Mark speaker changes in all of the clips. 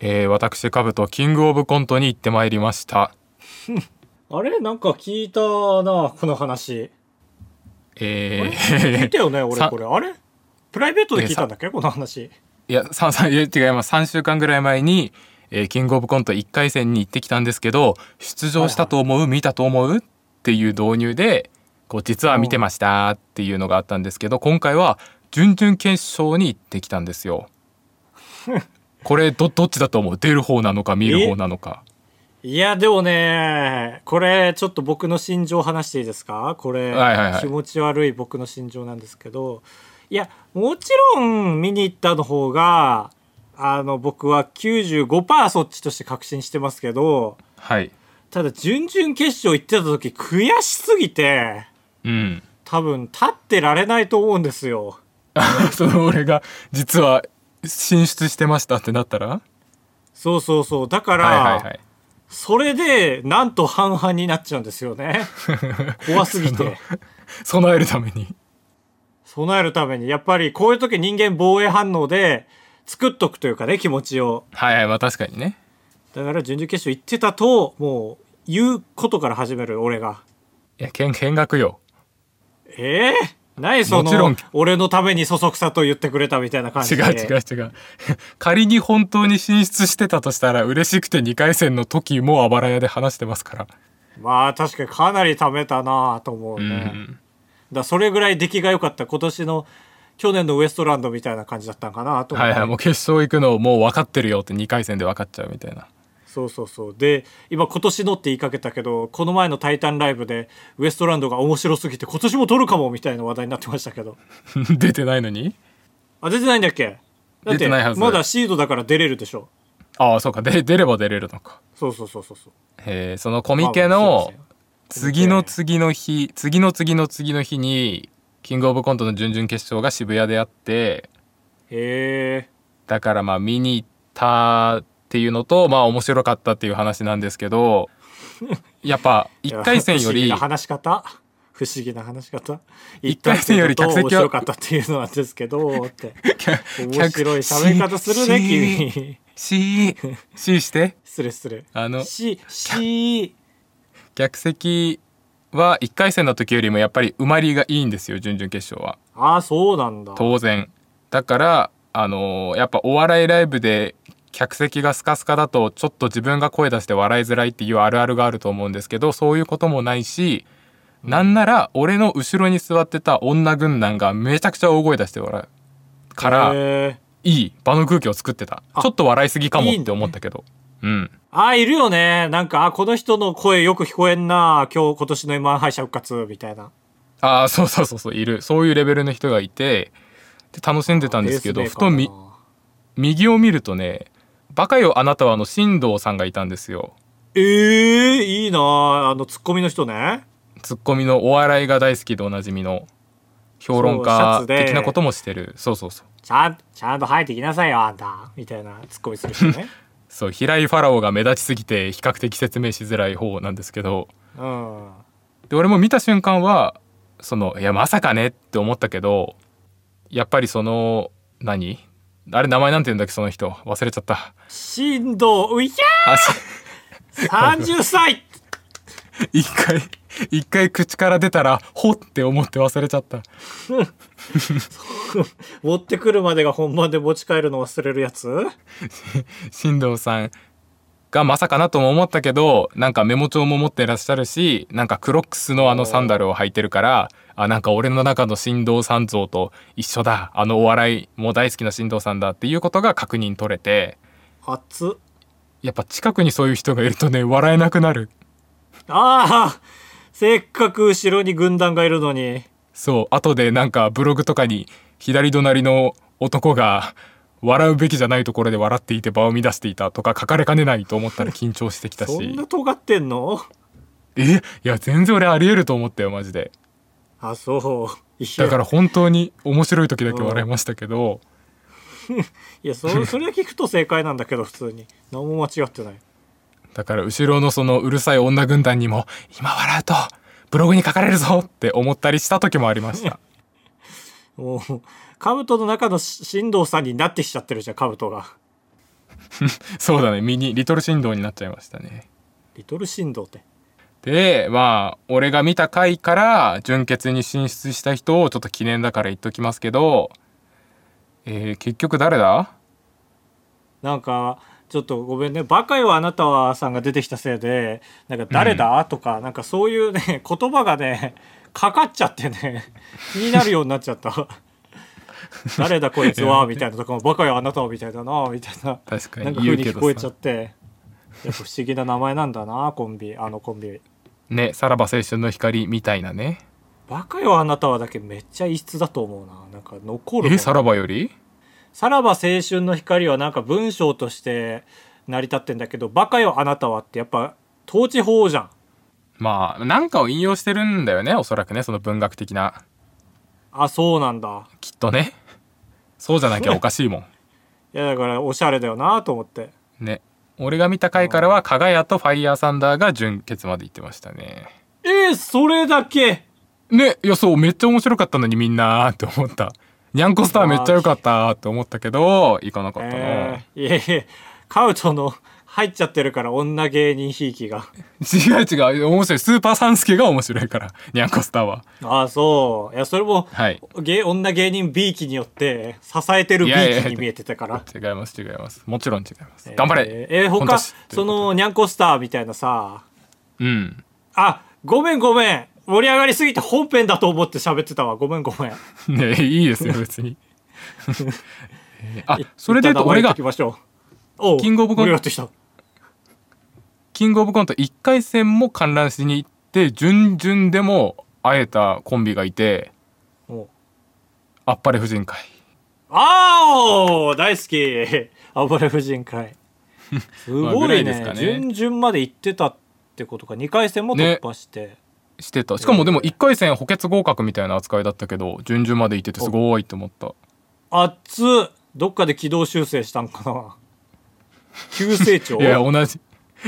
Speaker 1: えー、私カブとキングオブコントに行ってまいりました、
Speaker 2: あれなんか聞いたなこの話。
Speaker 1: え
Speaker 2: 聞い
Speaker 1: ー、
Speaker 2: たよね
Speaker 1: さ
Speaker 2: 俺これ。あれプライベートで聞いたんだっけこの話。
Speaker 1: いやささいや違います3週間ぐらい前に、えーキングオブコント1回戦に行ってきたんですけど出場したと思う、見たと思うっていう導入でこう実は見てましたっていうのがあったんですけど今回は準々決勝に行ってきたんですよこれどどっちだと思う出る方なのか見る方なのか
Speaker 2: いやでもねこれちょっと僕の心情話していいですかこれ、
Speaker 1: はいはいはい
Speaker 2: 気持ち悪い僕の心情なんですけどいやもちろん見に行ったの方があの僕は95%そっちとして確信してますけど
Speaker 1: はい
Speaker 2: ただ準々決勝行ってた時悔しすぎて
Speaker 1: うん
Speaker 2: 多分立ってられないと思うんですよ。
Speaker 1: その俺が実は進出してましたってなったらは
Speaker 2: そうそうそうだか
Speaker 1: い
Speaker 2: ら、
Speaker 1: はいはい
Speaker 2: それでなんと半々になっちゃうんです よね怖すぎて
Speaker 1: 備えるために
Speaker 2: 備えるためにやっぱりこういう時人間防衛反応で作っとくというかね気持ちを
Speaker 1: はいはいまあ確かにね
Speaker 2: だから準々決勝行ってたともう言うことから始める俺が
Speaker 1: いや見見学よ
Speaker 2: ええ何そ
Speaker 1: もちろ
Speaker 2: の
Speaker 1: ん
Speaker 2: 俺のためにそそくさと言ってくれたみたいな感
Speaker 1: 違
Speaker 2: じ
Speaker 1: う
Speaker 2: で
Speaker 1: 違う違う 仮に本当に進出してたとしたら嬉しくて2回戦の時もあばら屋で話してますから
Speaker 2: まあ確かにかなり貯めたなと思う
Speaker 1: う
Speaker 2: ね、だか
Speaker 1: ん
Speaker 2: らそれぐらい出来が良かった今年の去年のウエストランドみたいな感じだったんかなと思う、
Speaker 1: はいはいもう決勝行くのもう分かってるよって2回戦で分かっちゃうみたいな
Speaker 2: そうそうそうで今今年のって言いかけたけどこの前の「タイタンライブ」でウエストランドが面白すぎて今年も撮るかもみたいな話題になってましたけど
Speaker 1: 出てないのに
Speaker 2: あ出てないんだっけだっ
Speaker 1: 出て
Speaker 2: て
Speaker 1: ないはず
Speaker 2: まだシードだから出れるでしょ
Speaker 1: ああそうかで出れば出れるのか
Speaker 2: そうそうそうそうそう
Speaker 1: えーそのコミケ
Speaker 2: まあそう
Speaker 1: の
Speaker 2: ですよ
Speaker 1: 次の次の日次の次の次の日にキングオブコントの準々決勝が渋谷であって
Speaker 2: へえ
Speaker 1: だからまあ見に行ったっていうのとまあ面白かったっていう話なんですけどやっぱ1回戦よ
Speaker 2: 不思議
Speaker 1: り
Speaker 2: な話し方不思議な話し方
Speaker 1: 一回戦より客席は
Speaker 2: 一回戦だと面白かったっていうのなんですけどって面白い喋り方するね
Speaker 1: し
Speaker 2: 君
Speaker 1: ししして
Speaker 2: 失礼失礼
Speaker 1: あの
Speaker 2: しし
Speaker 1: 客席は1回戦の時よりもやっぱり埋まりがいいんですよ準々決勝は。
Speaker 2: ああそうなんだ
Speaker 1: 当然だからあのーやっぱお笑いライブで客席がスカスカだとちょっと自分が声出して笑いづらいっていうあるあるがあると思うんですけどそういうこともないしなんなら俺の後ろに座ってた女軍団がめちゃくちゃ大声出して笑うから
Speaker 2: へえ
Speaker 1: いい場の空気を作ってた
Speaker 2: あ
Speaker 1: ちょっと笑いすぎかも
Speaker 2: いい
Speaker 1: っ
Speaker 2: ん
Speaker 1: て
Speaker 2: だね
Speaker 1: 思ったけどうん
Speaker 2: ああ、いるよね。なんか、あこの人の声よく聞こえんな。今日、今年の M1 敗者復活、みたいな。
Speaker 1: ああそうそうそうそういるそういうレベルの人がいてで楽しんでたんですけど
Speaker 2: ペー
Speaker 1: ふ
Speaker 2: スメ
Speaker 1: と
Speaker 2: ー
Speaker 1: み
Speaker 2: カーな
Speaker 1: 右を見るとね「バカよあなたは」あの進藤さんがいたんですよ。
Speaker 2: ええいいなあの、ツッコミの人ね。
Speaker 1: ツッコミのお笑いが大好きでおなじみの評論家
Speaker 2: そうシャツで
Speaker 1: 的なこともしてるそうそうそう
Speaker 2: ちゃん、ちゃんと生えてきなさいよ、あんた。みたいなツッコミする人ね。
Speaker 1: そう平井ファラオが目立ちすぎて比較的説明しづらい方なんですけど
Speaker 2: うん。
Speaker 1: で俺も見た瞬間はそのいやまさかねって思ったけどやっぱりその何あれ名前なんて言うんだっけその人忘れちゃった
Speaker 2: 振動、うひゃ
Speaker 1: あし
Speaker 2: ー !30 歳
Speaker 1: 一回一回口から出たらほって思って忘れちゃった
Speaker 2: 持ってくるまでが本番で持ち帰るの忘れるやつ
Speaker 1: 新藤さんがまさかなとも思ったけどなんかメモ帳も持ってらっしゃるしなんかクロックスのあのサンダルを履いてるからあなんか俺の中の新藤さん像と一緒だあのお笑いも大好きな新藤さんだっていうことが確認取れて
Speaker 2: 熱っ。
Speaker 1: やっぱ近くにそういう人がいるとね笑えなくなる
Speaker 2: ああせっかく後ろに軍団がいるのに。
Speaker 1: そう後でなんかブログとかに左隣の男が笑うべきじゃないところで笑っていて場を乱していたとか書かれかねないと思ったら緊張してきたし
Speaker 2: そんな尖ってんの
Speaker 1: えいや全然俺ありえると思ったよマジで
Speaker 2: あ、そう。いや
Speaker 1: だから本当に面白い時だけ笑いましたけど
Speaker 2: い やそそれだけ聞くと正解なんだけど普通に何も間違ってない
Speaker 1: だから後ろのそのうるさい女軍団にも「今笑うとブログに書かれるぞ!」って思ったりした時もありました
Speaker 2: もう兜の中のし進藤さんになってきちゃってるじゃん兜が
Speaker 1: そうだねミニリトル振動になっちゃいましたね
Speaker 2: リトル振動って
Speaker 1: でまあ俺が見た回から準決に進出した人をちょっと記念だから言っときますけど、えー結局誰だ
Speaker 2: なんかちょっとごめんね「バカよあなたは」さんが出てきたせいで「なんか誰だとかなんかそういうね言葉がねかかっちゃってね気になるようになっちゃった誰だこいつはみたいなとかも「バカよあなたは」みたいだなみたいな
Speaker 1: 確か
Speaker 2: な
Speaker 1: に
Speaker 2: んか
Speaker 1: 言
Speaker 2: 風
Speaker 1: う
Speaker 2: に
Speaker 1: け
Speaker 2: 聞こえ
Speaker 1: ど
Speaker 2: ちゃっ
Speaker 1: さ
Speaker 2: てやっぱ不思議な名前なんだなコンビあのコンビ
Speaker 1: ねさらば青春の光みたいなね
Speaker 2: 「バカよあなたは」だけめっちゃ異質だと思うななんか残るもん
Speaker 1: えさらばより
Speaker 2: さらば青春の光はなんか文章として成り立ってんだけど「バカよあなたは」ってやっぱ統治法じゃん
Speaker 1: まあなんかを引用してるんだよねおそらくねその文学的な
Speaker 2: あそうなんだ
Speaker 1: きっとねそうじゃなきゃおかしいもん
Speaker 2: いやだからおしゃれだよなと思って
Speaker 1: ね俺が見た回からは加賀屋とファイヤーサンダーが準決まで行ってましたね
Speaker 2: えー、それだけ
Speaker 1: ねいやそうめっちゃ面白かったのにみんなーって思ったニャンコスターめっちゃ良かったーって思ったけど行かなかったな、
Speaker 2: えー、いえいえカウトの入っちゃってるから女芸人ひいきが
Speaker 1: 違う違う面白いスーパーサンスケが面白いからニャンコスターは
Speaker 2: あそういやそれも
Speaker 1: はい
Speaker 2: 芸女芸人 B 期によって支えて
Speaker 1: い
Speaker 2: る B
Speaker 1: やいや
Speaker 2: 期に見えてたから
Speaker 1: 違います違いますもちろん違います頑張れ
Speaker 2: えーえー
Speaker 1: コント
Speaker 2: 他
Speaker 1: 師ということで
Speaker 2: そのニャンコスターみたいなさ
Speaker 1: うん
Speaker 2: あごめんごめん盛り上がりすぎて本編だと思って喋ってたわごめんごめん
Speaker 1: ねいいですよ別 にえーあそれで言うと
Speaker 2: 一旦黙
Speaker 1: 俺
Speaker 2: れと
Speaker 1: が
Speaker 2: きましょうおう
Speaker 1: キングオブコント
Speaker 2: 盛り上がってきた
Speaker 1: キングオブコント1回戦も観覧しに行って準々でも会えたコンビがいて
Speaker 2: おう
Speaker 1: あっぱれ婦人会
Speaker 2: あお大好き 暴れ婦人 会すごいね,、
Speaker 1: まあぐらいですか
Speaker 2: 準
Speaker 1: ね
Speaker 2: 々まで行ってたってことか2回戦も突破して、
Speaker 1: してたしかもでも1回戦補欠合格みたいな扱いだったけど準々まで行っててすごいと思った
Speaker 2: 熱っどっかで軌道修正したんかな急成 長
Speaker 1: いや同じ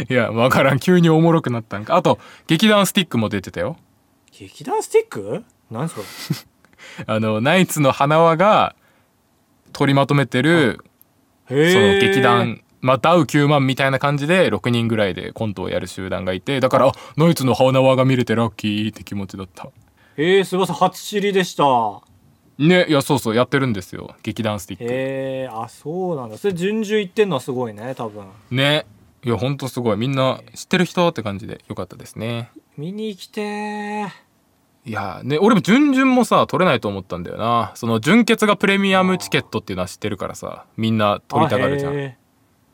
Speaker 1: いや分からん急におもろくなったんかあと劇団スティックも出てたよ
Speaker 2: 劇団スティック何それ
Speaker 1: あのナイツの花輪が取りまとめてる
Speaker 2: へえ
Speaker 1: その劇団、まあ、ダウ9万みたいな感じで6人ぐらいでコントをやる集団がいてだからあナイツの花輪が見れてラッキーって気持ちだった
Speaker 2: へえすごい初知りでした
Speaker 1: ねいやそうそうやってるんですよ劇団スティッ
Speaker 2: へえあそうなんだそれ順々行ってんのはすごいね多分
Speaker 1: クねいやほんとすごいみんな知ってる人って感じでよかったですね
Speaker 2: 見に来てー
Speaker 1: いやね俺も準々もさ取れないと思ったんだよなその純潔がプレミアムチケットっていうのは知ってるからさみんな取りたがるじゃ
Speaker 2: あ
Speaker 1: ん
Speaker 2: へえ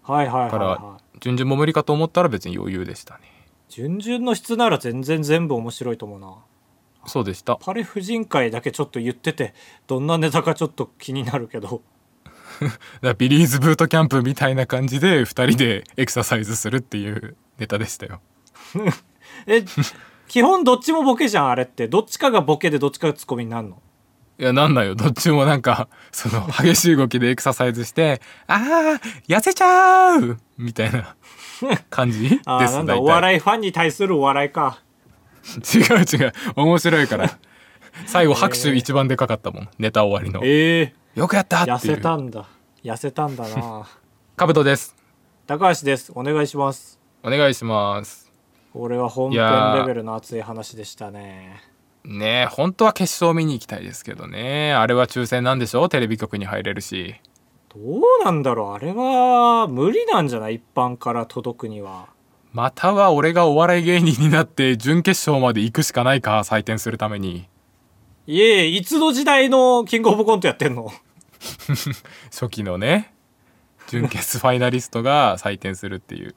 Speaker 2: はいはいはい、
Speaker 1: だか
Speaker 2: は
Speaker 1: ら
Speaker 2: い、
Speaker 1: 準々も無理かと思ったら別に余裕でしたね
Speaker 2: 順々の質なら全然全部面白いと思うな
Speaker 1: そうでした
Speaker 2: パレ婦人会だけちょっと言っててどんなネタかちょっと気になるけど
Speaker 1: だからビリーズブートキャンプみたいな感じで2人でエクササイズするっていうネタでしたよ
Speaker 2: え基本どっちもボケじゃんあれってどっちかがボケでどっちかがツッコミになるの
Speaker 1: いやなんなんよどっちもなんか その激しい動きでエクササイズして「あー痩せちゃう!」みたい な感じです
Speaker 2: ああなんだお笑いファンに対するお笑いか
Speaker 1: い違う違う面白いから最後拍手一番でかかったもん、ネタ終わりの
Speaker 2: ええ
Speaker 1: 「よくやった!」
Speaker 2: 痩
Speaker 1: ってい
Speaker 2: せ
Speaker 1: う
Speaker 2: たんだ痩せたんだな
Speaker 1: カブトです
Speaker 2: 高橋ですお願いします
Speaker 1: お願いします
Speaker 2: これは本
Speaker 1: いやー
Speaker 2: 編レベルの熱い話でしたね
Speaker 1: ねえ本当は決勝見に行きたいですけどねあれは抽選なんでしょテレビ局に入れるし
Speaker 2: どうなんだろうあれは無理なんじゃない一般から届くには
Speaker 1: または俺がお笑い芸人になって準決勝まで行くしかないか採点するために
Speaker 2: いえいつの時代のキングオブコントやってんの
Speaker 1: 初期のね準決ファイナリストが採点するっていう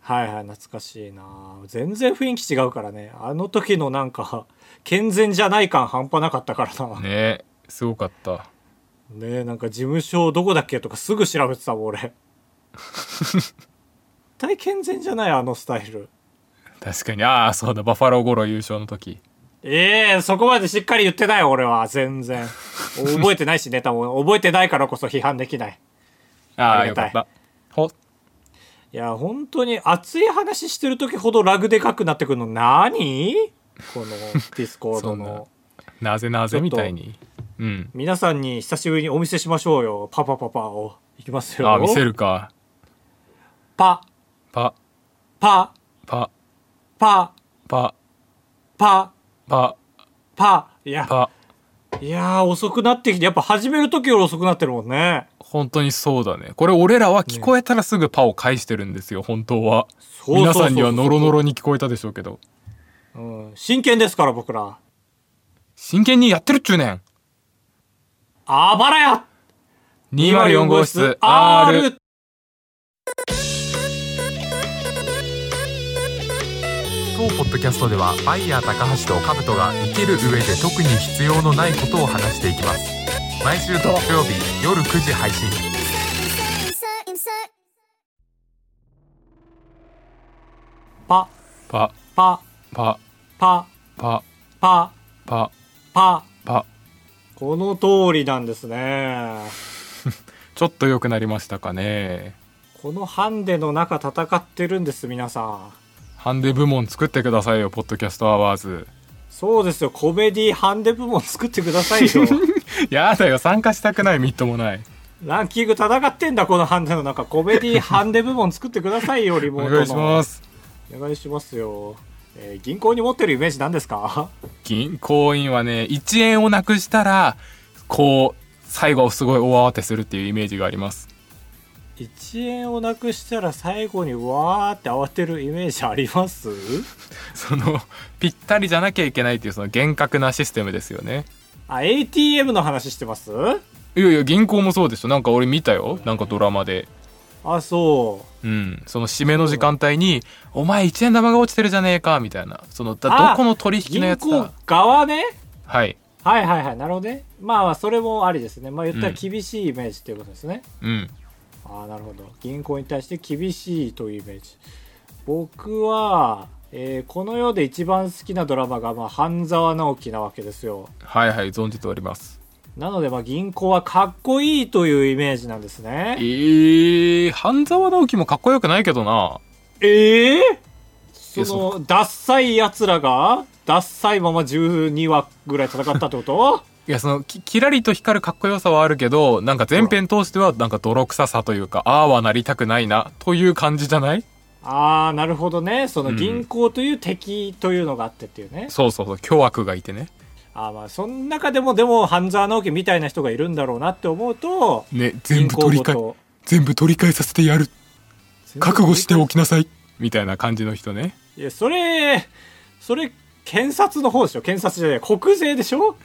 Speaker 2: はいはい懐かしいな全然雰囲気違うからねあの時のなんか健全じゃない感半端なかったからなね
Speaker 1: ねすごかった
Speaker 2: えなんか事務所どこだっけとかすぐ調べてたもん俺 絶対健全じゃないあのスタイル
Speaker 1: 確かにああそうだバファローゴロ優勝の時
Speaker 2: ええそこまでしっかり言ってないよ俺は 全然覚えてないしネタも覚えてないからこそ批判できない
Speaker 1: あ
Speaker 2: あ
Speaker 1: あ
Speaker 2: り
Speaker 1: よ
Speaker 2: がた
Speaker 1: か
Speaker 2: い
Speaker 1: ったほ
Speaker 2: いや本当に熱い話してる時ほどラグでかくなってくるの何 このディスコード
Speaker 1: そんな
Speaker 2: の
Speaker 1: なぜなぜみたいにうん
Speaker 2: 皆さんに久しぶりにお見せしましょうよパパパパをいきますよ
Speaker 1: ああ見せるか
Speaker 2: パ、
Speaker 1: パ
Speaker 2: パ、
Speaker 1: パ
Speaker 2: パ、
Speaker 1: パ
Speaker 2: パ、
Speaker 1: パ
Speaker 2: パ。いや、
Speaker 1: パ
Speaker 2: いやー遅くなってきて、やっぱ始める時より遅くなってるもんね。
Speaker 1: 本当にそうだねこれ俺らは聞こえたらすぐパを返してるんですよ本当は
Speaker 2: そうそうそう
Speaker 1: 皆
Speaker 2: そう
Speaker 1: さんにはノロノロに聞こえたでしょうけど
Speaker 2: うん、真剣ですから、僕ら。
Speaker 1: 真剣にやってるっちゅうねん
Speaker 2: あばらや
Speaker 1: 204号室 R 当ポッドキャストではバイヤー高橋とカブトが生きる上で特に必要のないことを話していきます毎週土曜日夜9時配信
Speaker 3: insert, insert, insert.
Speaker 2: パ、
Speaker 1: パ
Speaker 2: パ、
Speaker 1: パ
Speaker 2: パ、
Speaker 1: パ
Speaker 2: パ、
Speaker 1: パ
Speaker 2: パ。
Speaker 1: パ
Speaker 2: この通りなんですね。
Speaker 1: ちょっと良くなりましたかね
Speaker 2: このハンデの中戦ってるんです、皆さん。
Speaker 1: ハンデ部門作ってくださいよポッドキャストアワーズ
Speaker 2: そうですよ、コメディハンデ部門作ってください よ。
Speaker 1: やだよ参加したくないみっともない
Speaker 2: ランキング戦ってんだ、このハンデの中。コメディハンデ部門作ってくださいよ、リ
Speaker 1: お
Speaker 2: モートの。
Speaker 1: 願いします
Speaker 2: お願いしますよ。えー銀行に持ってるイメージなんですか
Speaker 1: 銀行員はね1円をなくしたらこう最後すごい大慌てするっていうイメージがあります
Speaker 2: 1円をなくしたら最後にわーって慌てるイメージあります
Speaker 1: そのぴったりじゃなきゃいけないっていうその厳格なシステムですよね
Speaker 2: あ ATM の話してます
Speaker 1: いやいや銀行もそうでしょなんか俺見たよなんかドラマで
Speaker 2: あそう
Speaker 1: うんその締めの時間帯に「お前1円玉が落ちてるじゃねえか」みたいなそのだど
Speaker 2: あ
Speaker 1: この取引のや
Speaker 2: 銀
Speaker 1: つ
Speaker 2: 行
Speaker 1: だ
Speaker 2: 側ね
Speaker 1: はい
Speaker 2: はいはいはいなるほどねまあまあそれもありですねまあ言ったら厳しいイメージっていうことですね、
Speaker 1: うん
Speaker 2: ああなるほど銀行に対して厳しいというイメージ僕は、えーこの世で一番好きなドラマが、まあ、半沢直樹なわけですよ
Speaker 1: はいはい存じております
Speaker 2: なので、まあ、銀行はかっこいいというイメージなんです
Speaker 1: え
Speaker 2: ね
Speaker 1: ー、半沢直樹もかっこよくないけどな
Speaker 2: ええ
Speaker 1: や
Speaker 2: そのダッサいやつらがダッサいまま12話ぐらい戦ったってこと
Speaker 1: いやそのきキラリと光るかっこよさはあるけどなんか前編通してはなんか泥臭さというかああはなりたくないなという感じじゃない
Speaker 2: ああなるほどねその
Speaker 1: うん
Speaker 2: 銀行という敵というのがあってっていうね、
Speaker 1: そうそうそう巨悪がいてね
Speaker 2: ああまあその中でもでも半沢直樹みたいな人がいるんだろうなって思うと
Speaker 1: ね
Speaker 2: 銀行ごと
Speaker 1: 全部取り返させてやるきなさいみたいな感じの人ね
Speaker 2: いや、それ、それ、検察の方でしょ検察じゃない。国税で しょ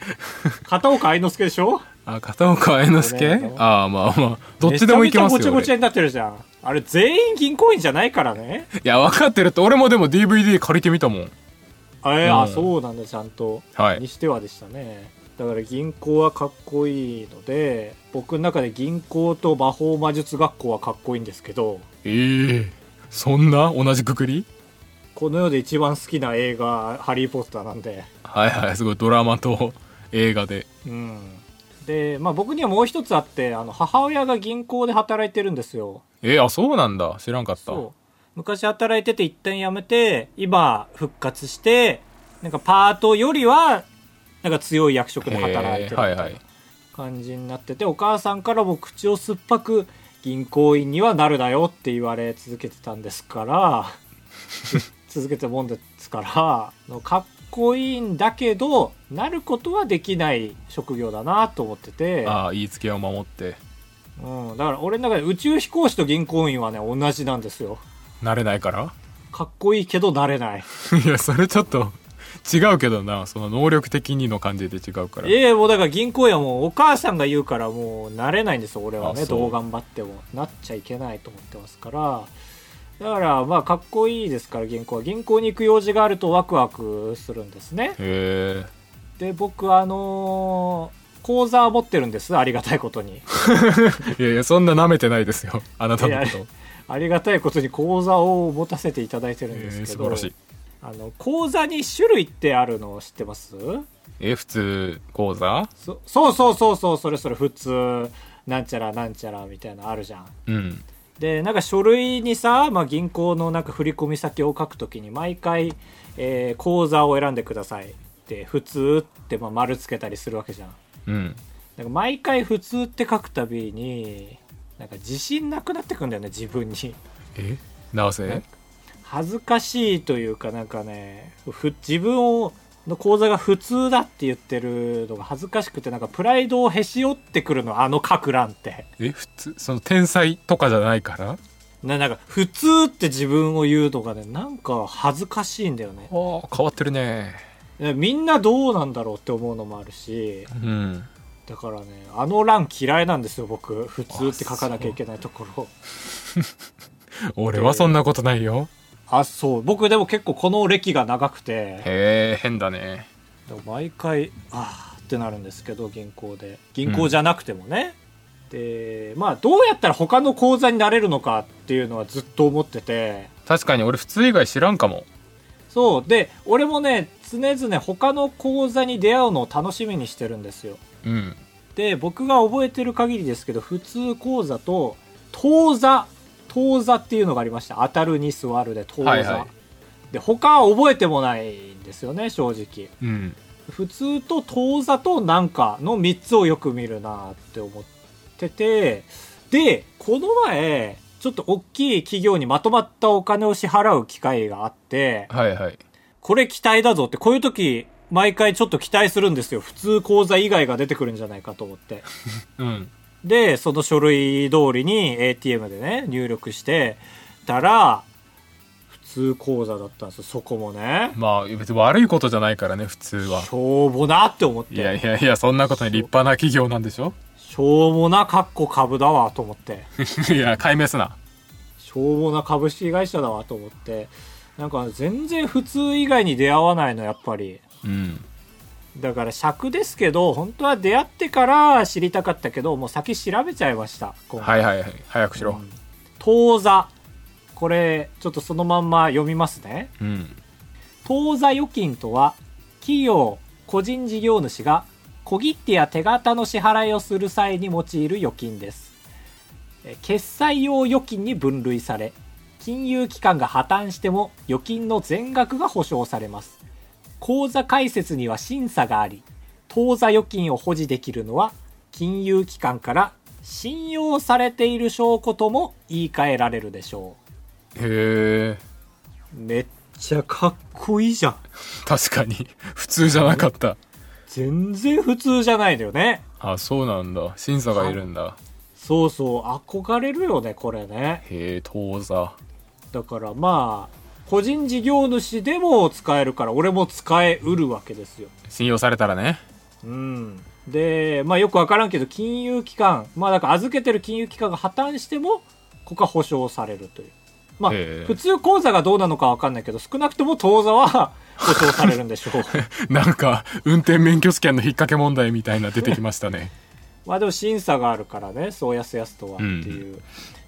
Speaker 2: 片岡愛之助でしょ
Speaker 1: あ片岡愛之助
Speaker 2: 俺
Speaker 1: ああまあまあどっちでもいけます
Speaker 2: めちゃ
Speaker 1: よ
Speaker 2: めちゃごちゃごちゃ
Speaker 1: 俺い
Speaker 2: になってるじゃん。あれ、全員銀行員じゃないからね。
Speaker 1: や分かってるって俺もでも DVD 借りてみたもん
Speaker 2: あれ、あ、
Speaker 1: うん
Speaker 2: そうなんだ、ちゃんと。
Speaker 1: はい
Speaker 2: にしてはでしたね。だから銀行はかっこいいので、僕の中で銀行と魔法魔術学校はかっこいいんですけど、
Speaker 1: ええそんな同じくくり
Speaker 2: この世で一番好きな映画、ハリー・ポッターなんで。
Speaker 1: はいはいすごいドラマと映画で
Speaker 2: うん。で、まあ僕にはもう一つあって、あの、母親が銀行で働いてるんですよ。
Speaker 1: えー、あそうなんだ知らんかった
Speaker 2: そう昔働いてて一旦辞めて今復活してなんかパートよりはなんか強い役職で働いてるみた
Speaker 1: へーはいい
Speaker 2: な
Speaker 1: はい
Speaker 2: 感じになってて、お母さんからも口を酸っぱく銀行員にはなるだよって言われ続けてたんですから 続けてたもんですからかっこいいんだけどなることはできない職業だなと思ってて、
Speaker 1: ああ言いつけを守って
Speaker 2: うん、だから俺の中で宇宙飛行士と銀行員はね同じなんですよ。
Speaker 1: 慣れないから
Speaker 2: かっこいいけどなれない。
Speaker 1: いやそれちょっと違うけどなその能力的にの感じで違うから
Speaker 2: ええもうだから銀行員はもうお母さんが言うからもうなれないんですよ俺はね
Speaker 1: あそう
Speaker 2: どう頑張ってもなっちゃいけないと思ってますからだからまあかっこいいですから銀行は銀行に行く用事があるとワクワクするんですね
Speaker 1: へ
Speaker 2: で僕あのー口座を持ってるんですありがたいことに
Speaker 1: えいやいやそんな舐めて ないですよあなたのこ
Speaker 2: いや
Speaker 1: と
Speaker 2: ありがたいことに口座を持たせていただいてるん
Speaker 1: え
Speaker 2: です
Speaker 1: ー
Speaker 2: け
Speaker 1: 素
Speaker 2: ど、
Speaker 1: 晴らしい
Speaker 2: あの口座に種類ってあるの知ってます
Speaker 1: え普通講座
Speaker 2: そそうそうそうそうそれそれ普通なんちゃらなんちゃらみたいなのあるじゃん
Speaker 1: うん
Speaker 2: でなんか書類にさ、まあ、銀行のなんか振込先を書くときに毎回、えー口座を選んでくださいって普通ってまあ丸つけたりするわけじゃん
Speaker 1: うん
Speaker 2: なんか毎回普通って書くたびになんか自信なくなってくんだよね自分に
Speaker 1: ええ直せ
Speaker 2: 恥ずかしいというかなんかねふ自分をの講座が普通だって言ってるのが恥ずかしくてなんかプライドをへし折ってくるのあの書く欄って
Speaker 1: え普通その天才とかじゃないから
Speaker 2: ななんか普通って自分を言うのがねなんか恥ずかしいんだよね
Speaker 1: ああ変わってるね
Speaker 2: ねみんなどうなんだろうって思うのもあるし
Speaker 1: うん
Speaker 2: だからねあの欄嫌いなんですよ僕普通って書かなきゃいけないところ
Speaker 1: 俺はそんなことないよ
Speaker 2: あそう僕でも結構この歴が長くて
Speaker 1: へえ変だね
Speaker 2: でも毎回あーってなるんですけど銀行で銀行じゃなくてもね、でまあどうやったら他の口座になれるのかっていうのはずっと思ってて
Speaker 1: 確かに俺普通以外知らんかも
Speaker 2: そうで俺もね常々他の口座に出会うのを楽しみにしてるんですよ
Speaker 1: うん
Speaker 2: で僕が覚えてる限りですけど普通口座と当座当座っていうのがありました当たるに座るで当座、
Speaker 1: はいは
Speaker 2: で他は覚えてもないんですよね正直
Speaker 1: うん
Speaker 2: 普通と当座となんかの3つをよく見るなって思っててでこの前ちょっと大きい企業にまとまったお金を支払う機会があって
Speaker 1: はいはい
Speaker 2: これ期待だぞってこういう時毎回ちょっと期待するんですよ普通口座以外が出てくるんじゃないかと思って
Speaker 1: うん
Speaker 2: で、その書類通りに ATM でね、入力してたら、普通口座だったんですよ、そこもね。
Speaker 1: まあ別に悪いことじゃないからね普通は
Speaker 2: しょうもなって思っ
Speaker 1: いやい
Speaker 2: て。
Speaker 1: やいやそんなことに立派な企業なんでしょ
Speaker 2: しょうもなかっこ株だわと思って。
Speaker 1: いや解明すな
Speaker 2: しょうもな株式会社だわと思って。なんか全然普通以外に出会わないの、やっぱり。
Speaker 1: うん
Speaker 2: だから尺ですけど、本当は出会ってから知りたかったけど、もう先調べちゃいました。今回
Speaker 1: はいはいはい早くしろ
Speaker 2: うん当座。これ、ちょっとそのまんま読みますね。
Speaker 1: うん
Speaker 2: 当座預金とは企業個人事業主が小切手や手形の支払いをする際に用いる預金ですえ決済用預金に分類され金融機関が破綻しても預金の全額が保証されます口座開設には審査があり当座預金を保持できるのは金融機関から信用されている証拠とも言い換えられるでしょ
Speaker 1: へえ
Speaker 2: うめっちゃかっこいいじゃん
Speaker 1: 確かに 普通じゃなかった
Speaker 2: 全然普通じゃないのよね
Speaker 1: あそうなんだ審査がいるんだ
Speaker 2: そうそう憧れるよねこれね
Speaker 1: へえ当座
Speaker 2: だからまあ個人事業主でも使えるから俺も使えうるわけですよ
Speaker 1: 信用されたらね
Speaker 2: うんでまあよく分からんけど金融機関まあだから預けてる金融機関が破綻してもここは保証されるというまあ
Speaker 1: へえ
Speaker 2: 普通口座がどうなのか分かんないけど少なくとも当座は保証されるんでしょう
Speaker 1: なんか運転免許試験の引っ掛け問題みたいな出てきましたね
Speaker 2: まあでも審査があるからねそうやすやすとはっていう、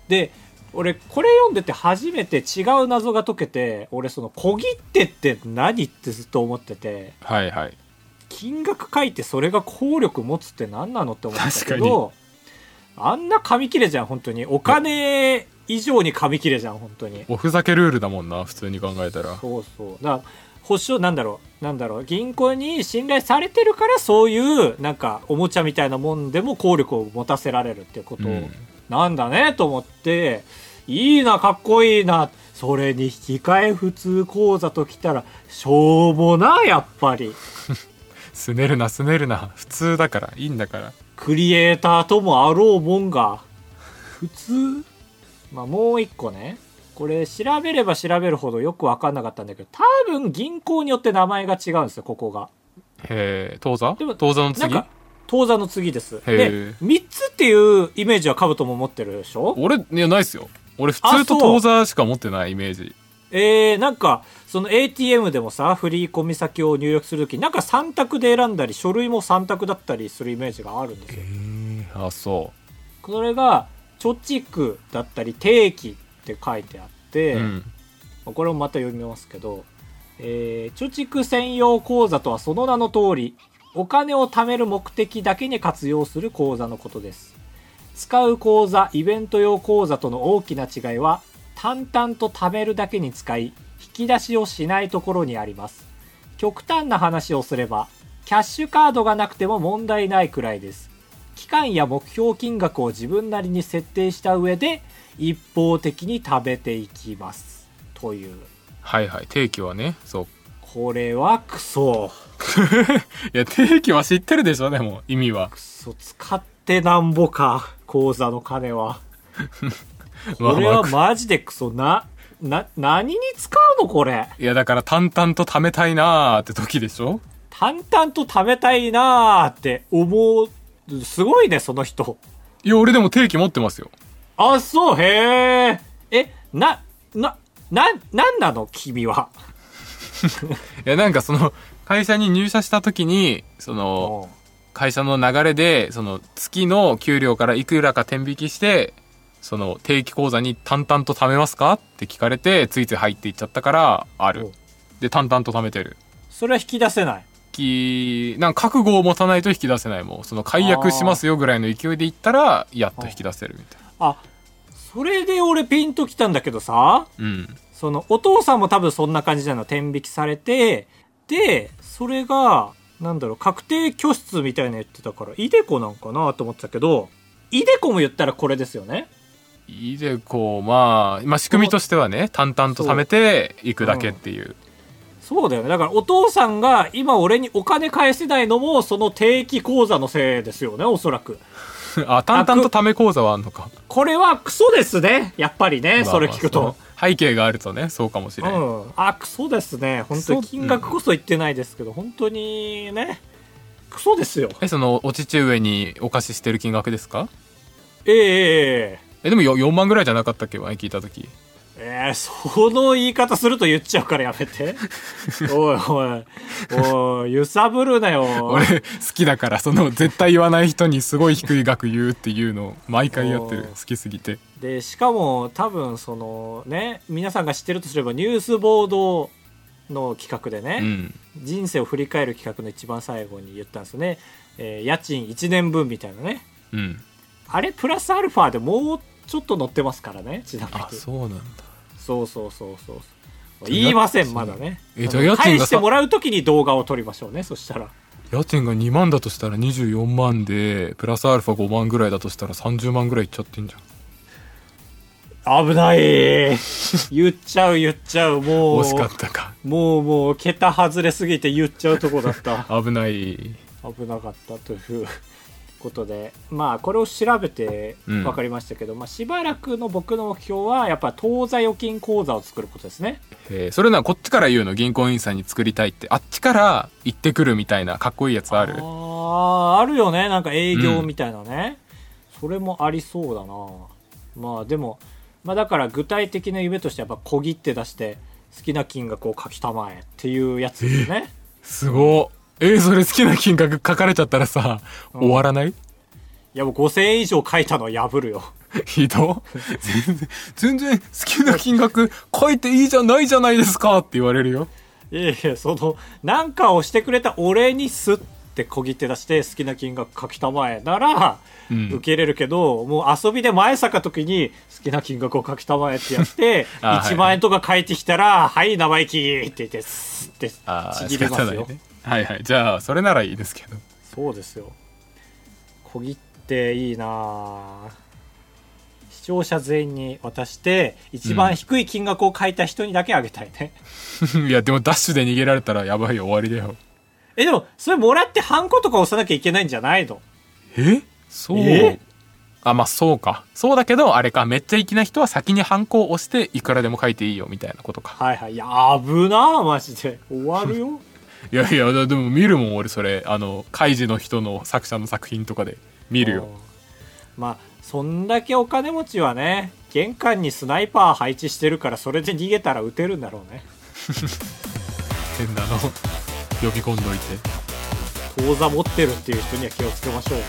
Speaker 2: で俺これ読んでて初めて違う謎が解けて俺その小切手って何ってずっと思ってて
Speaker 1: はいはい
Speaker 2: 金額書いてそれが効力持つって何なのって思ったけどあんな紙切れじゃん本当にお金以上に紙切れじゃん本当に
Speaker 1: おふざけルールだもんな普通に考えたら
Speaker 2: そうそうだから保証なんだろうなんだろう銀行に信頼されてるからそういうなんかおもちゃみたいなもんでも効力を持たせられるっていうことを、
Speaker 1: うん
Speaker 2: なんだねと思っていいなかっこいいなそれに引き換え普通口座ときたらしょうもなやっぱり
Speaker 1: すねるなすねるな普通だからいいんだから
Speaker 2: クリエイターともあろうもんが普通まあもう一個ねこれ調べれば調べるほどよく分かんなかったんだけど多分銀行によって名前が違うんですよここが
Speaker 1: へえ当座
Speaker 2: でも
Speaker 1: 当座の
Speaker 2: なん
Speaker 1: 次
Speaker 2: か当座の次です
Speaker 1: へ
Speaker 2: で3つっていうイメージはカブトも持ってるでしょ
Speaker 1: 俺いやないっすよ俺普
Speaker 2: あ
Speaker 1: 通
Speaker 2: そ
Speaker 1: と
Speaker 2: う
Speaker 1: 当座しか持ってないイメージ
Speaker 2: えー、なんかその ATM でもさ振り込み先を入力するときなんか3択で選んだり書類も3択だったりするイメージがあるんですよ
Speaker 1: あそ
Speaker 2: これが貯蓄だったり定期って書いてあって、
Speaker 1: う、うん
Speaker 2: これもまた読みますけど、えー貯蓄専用口座とはその名の通り、お金を貯める目的だけに活用する口座のことです。使う口座、イベント用口座との大きな違いは、淡々と貯めるだけに使い、引き出しをしないところにあります。極端な話をすれば、キャッシュカードがなくても問題ないくらいです。期間や目標金額を自分なりに設定した上で、一方的に食べていきますという
Speaker 1: はいはい定期はねそう
Speaker 2: これはクソ
Speaker 1: いや定期は知ってるでしょでも意味は
Speaker 2: クソ使ってなんぼか口座の金はこ れ
Speaker 1: まあ
Speaker 2: は
Speaker 1: まあ
Speaker 2: マジでクソなな何に使うのこれ
Speaker 1: いやだから淡々と貯めたいなーって時でしょ
Speaker 2: 淡々と食べたいなーって思うすごいねその人
Speaker 1: いや俺でも定期持ってますよ
Speaker 2: あそうへええななななんなの君はい
Speaker 1: やなんかその会社に入社した時にその会社の流れでその月の給料からいくらか天引きしてその定期口座に淡々と貯めますかって聞かれてついつい入っていっちゃったからあ
Speaker 2: お
Speaker 1: るで淡々と貯めてる
Speaker 2: それは引き出せない
Speaker 1: きなんか覚悟を持たないと引き出せないもうその解約しますよぐらいの勢いでいったらやっと引き出せるみたい
Speaker 2: あそれで俺ピンときたんだけどさ
Speaker 1: なうん
Speaker 2: そのお父さんも多分そんな感じなの天引きされてでそれがなんだろう確定拠出みたいなの言ってたからイデコなんかなと思ってたけどイデコも言ったらこれですよね
Speaker 1: いいでこうまあまあ仕組みとしてはね淡々と貯めていくだけっていう
Speaker 2: そうだよねだからお父さんが今俺にお金返せないのもその定期口座のせいですよねおそらく
Speaker 1: あ淡々と貯め口座はあんのか
Speaker 2: これはクソですねやっぱり
Speaker 1: ま
Speaker 2: ね
Speaker 1: あ
Speaker 2: それ聞くと、
Speaker 1: まあその背景があるとねそうかもしれない、
Speaker 2: うん、あクソですね本当に
Speaker 1: クソ
Speaker 2: 金額こそ言ってないですけど、本当にねクソですよ
Speaker 1: えそのお父上にお貸ししてる金額ですか
Speaker 2: ええええ
Speaker 1: えでもよ4万ぐらいじゃなかったっけ前聞いた時
Speaker 2: ええその言い方すると言っちゃうからや めておいおいおい揺さぶるなよ
Speaker 1: 俺好きだからその絶対言わない人にすごい低い額言うっていうのを毎回やってる
Speaker 2: おー
Speaker 1: 好きすぎて
Speaker 2: でしかも多分そのね皆さんが知ってるとすればニュースボードの企画で
Speaker 1: う
Speaker 2: ね、
Speaker 1: ん
Speaker 2: 人生を振り返る企画の一番最後に言ったんですよね、えー家賃1年分みたいなね
Speaker 1: うん
Speaker 2: あれプラスアルファでもうちょっと乗ってますからねちなみに
Speaker 1: あそうなんだ
Speaker 2: そうそうそうそうそう言いませんまだね
Speaker 1: えじゃあ家賃がさ
Speaker 2: 返してもらう時に動画を撮りましょうねそしたら
Speaker 1: 家賃が2万だとしたら24万でプラスアルファ5万ぐらいだとしたら30万ぐらいいっちゃってんじゃん
Speaker 2: 危ない言っちゃう言っちゃうもう
Speaker 1: 惜しかったか
Speaker 2: もうもう桁外れすぎて言っちゃうとこだった
Speaker 1: 危ない
Speaker 2: 危なかったということでまあこれを調べて
Speaker 1: うん
Speaker 2: 分かりましたけど、まあ、しばらくの僕の目標はやっぱ当座預金口座を作ることですね
Speaker 1: えーそれならこっちから言うの銀行員さんに作りたいってあっちから行ってくるみたいなかっこいいやつある
Speaker 2: あーあるよねなんか営業みたいなね、それもありそうだなまあでもまあだから具体的な夢としてやっぱ小切手出して好きな金額を書きたまえっていうやつですね
Speaker 1: すごっえーそれ好きな金額書かれちゃったらさ終わらない、
Speaker 2: いやもう5000円以上書いたのは破るよ
Speaker 1: ひどっ全然 全然好きな金額書いていいじゃないじゃないですかって言われるよ
Speaker 2: いやいやそのなんかをしてくれたお礼にすって小切手出して好きな金額書きたまえなら
Speaker 1: うん
Speaker 2: 受け入れるけど、もう遊びで前坂時に好きな金額を書きたまえってやって
Speaker 1: あはい
Speaker 2: 1万円とか返ってきたら「はい生意気」って言ってスッて
Speaker 1: ああ
Speaker 2: ちぎりますよ、
Speaker 1: はいはいじゃあそれならいいですけど
Speaker 2: そうですよ小切手いいなあ視聴者全員に渡して一番低い金額を書いた人にだけあげたいね、
Speaker 1: いやでもダッシュで逃げられたらやばいよ終わりだよ
Speaker 2: えでもそれもらってハンコとか押さなきゃいけないんじゃないの
Speaker 1: えそう
Speaker 2: え
Speaker 1: あまあそうかそうだけどあれかめっちゃ粋な人は先にハンコを押していくらでも書いていいよみたいなことか
Speaker 2: はいはい。いや、危なマジで。終わるよ。
Speaker 1: いやいやだでも見るもん俺それあのカイジの人の作者の作品とかで見るよ
Speaker 2: うん。まあ、そんだけお金持ちはね、玄関にスナイパー配置してるから、それで逃げたら撃てるんだろうね。
Speaker 1: 変なの呼び込んどいて。
Speaker 2: 口座持ってるっていう人には気をつけましょう。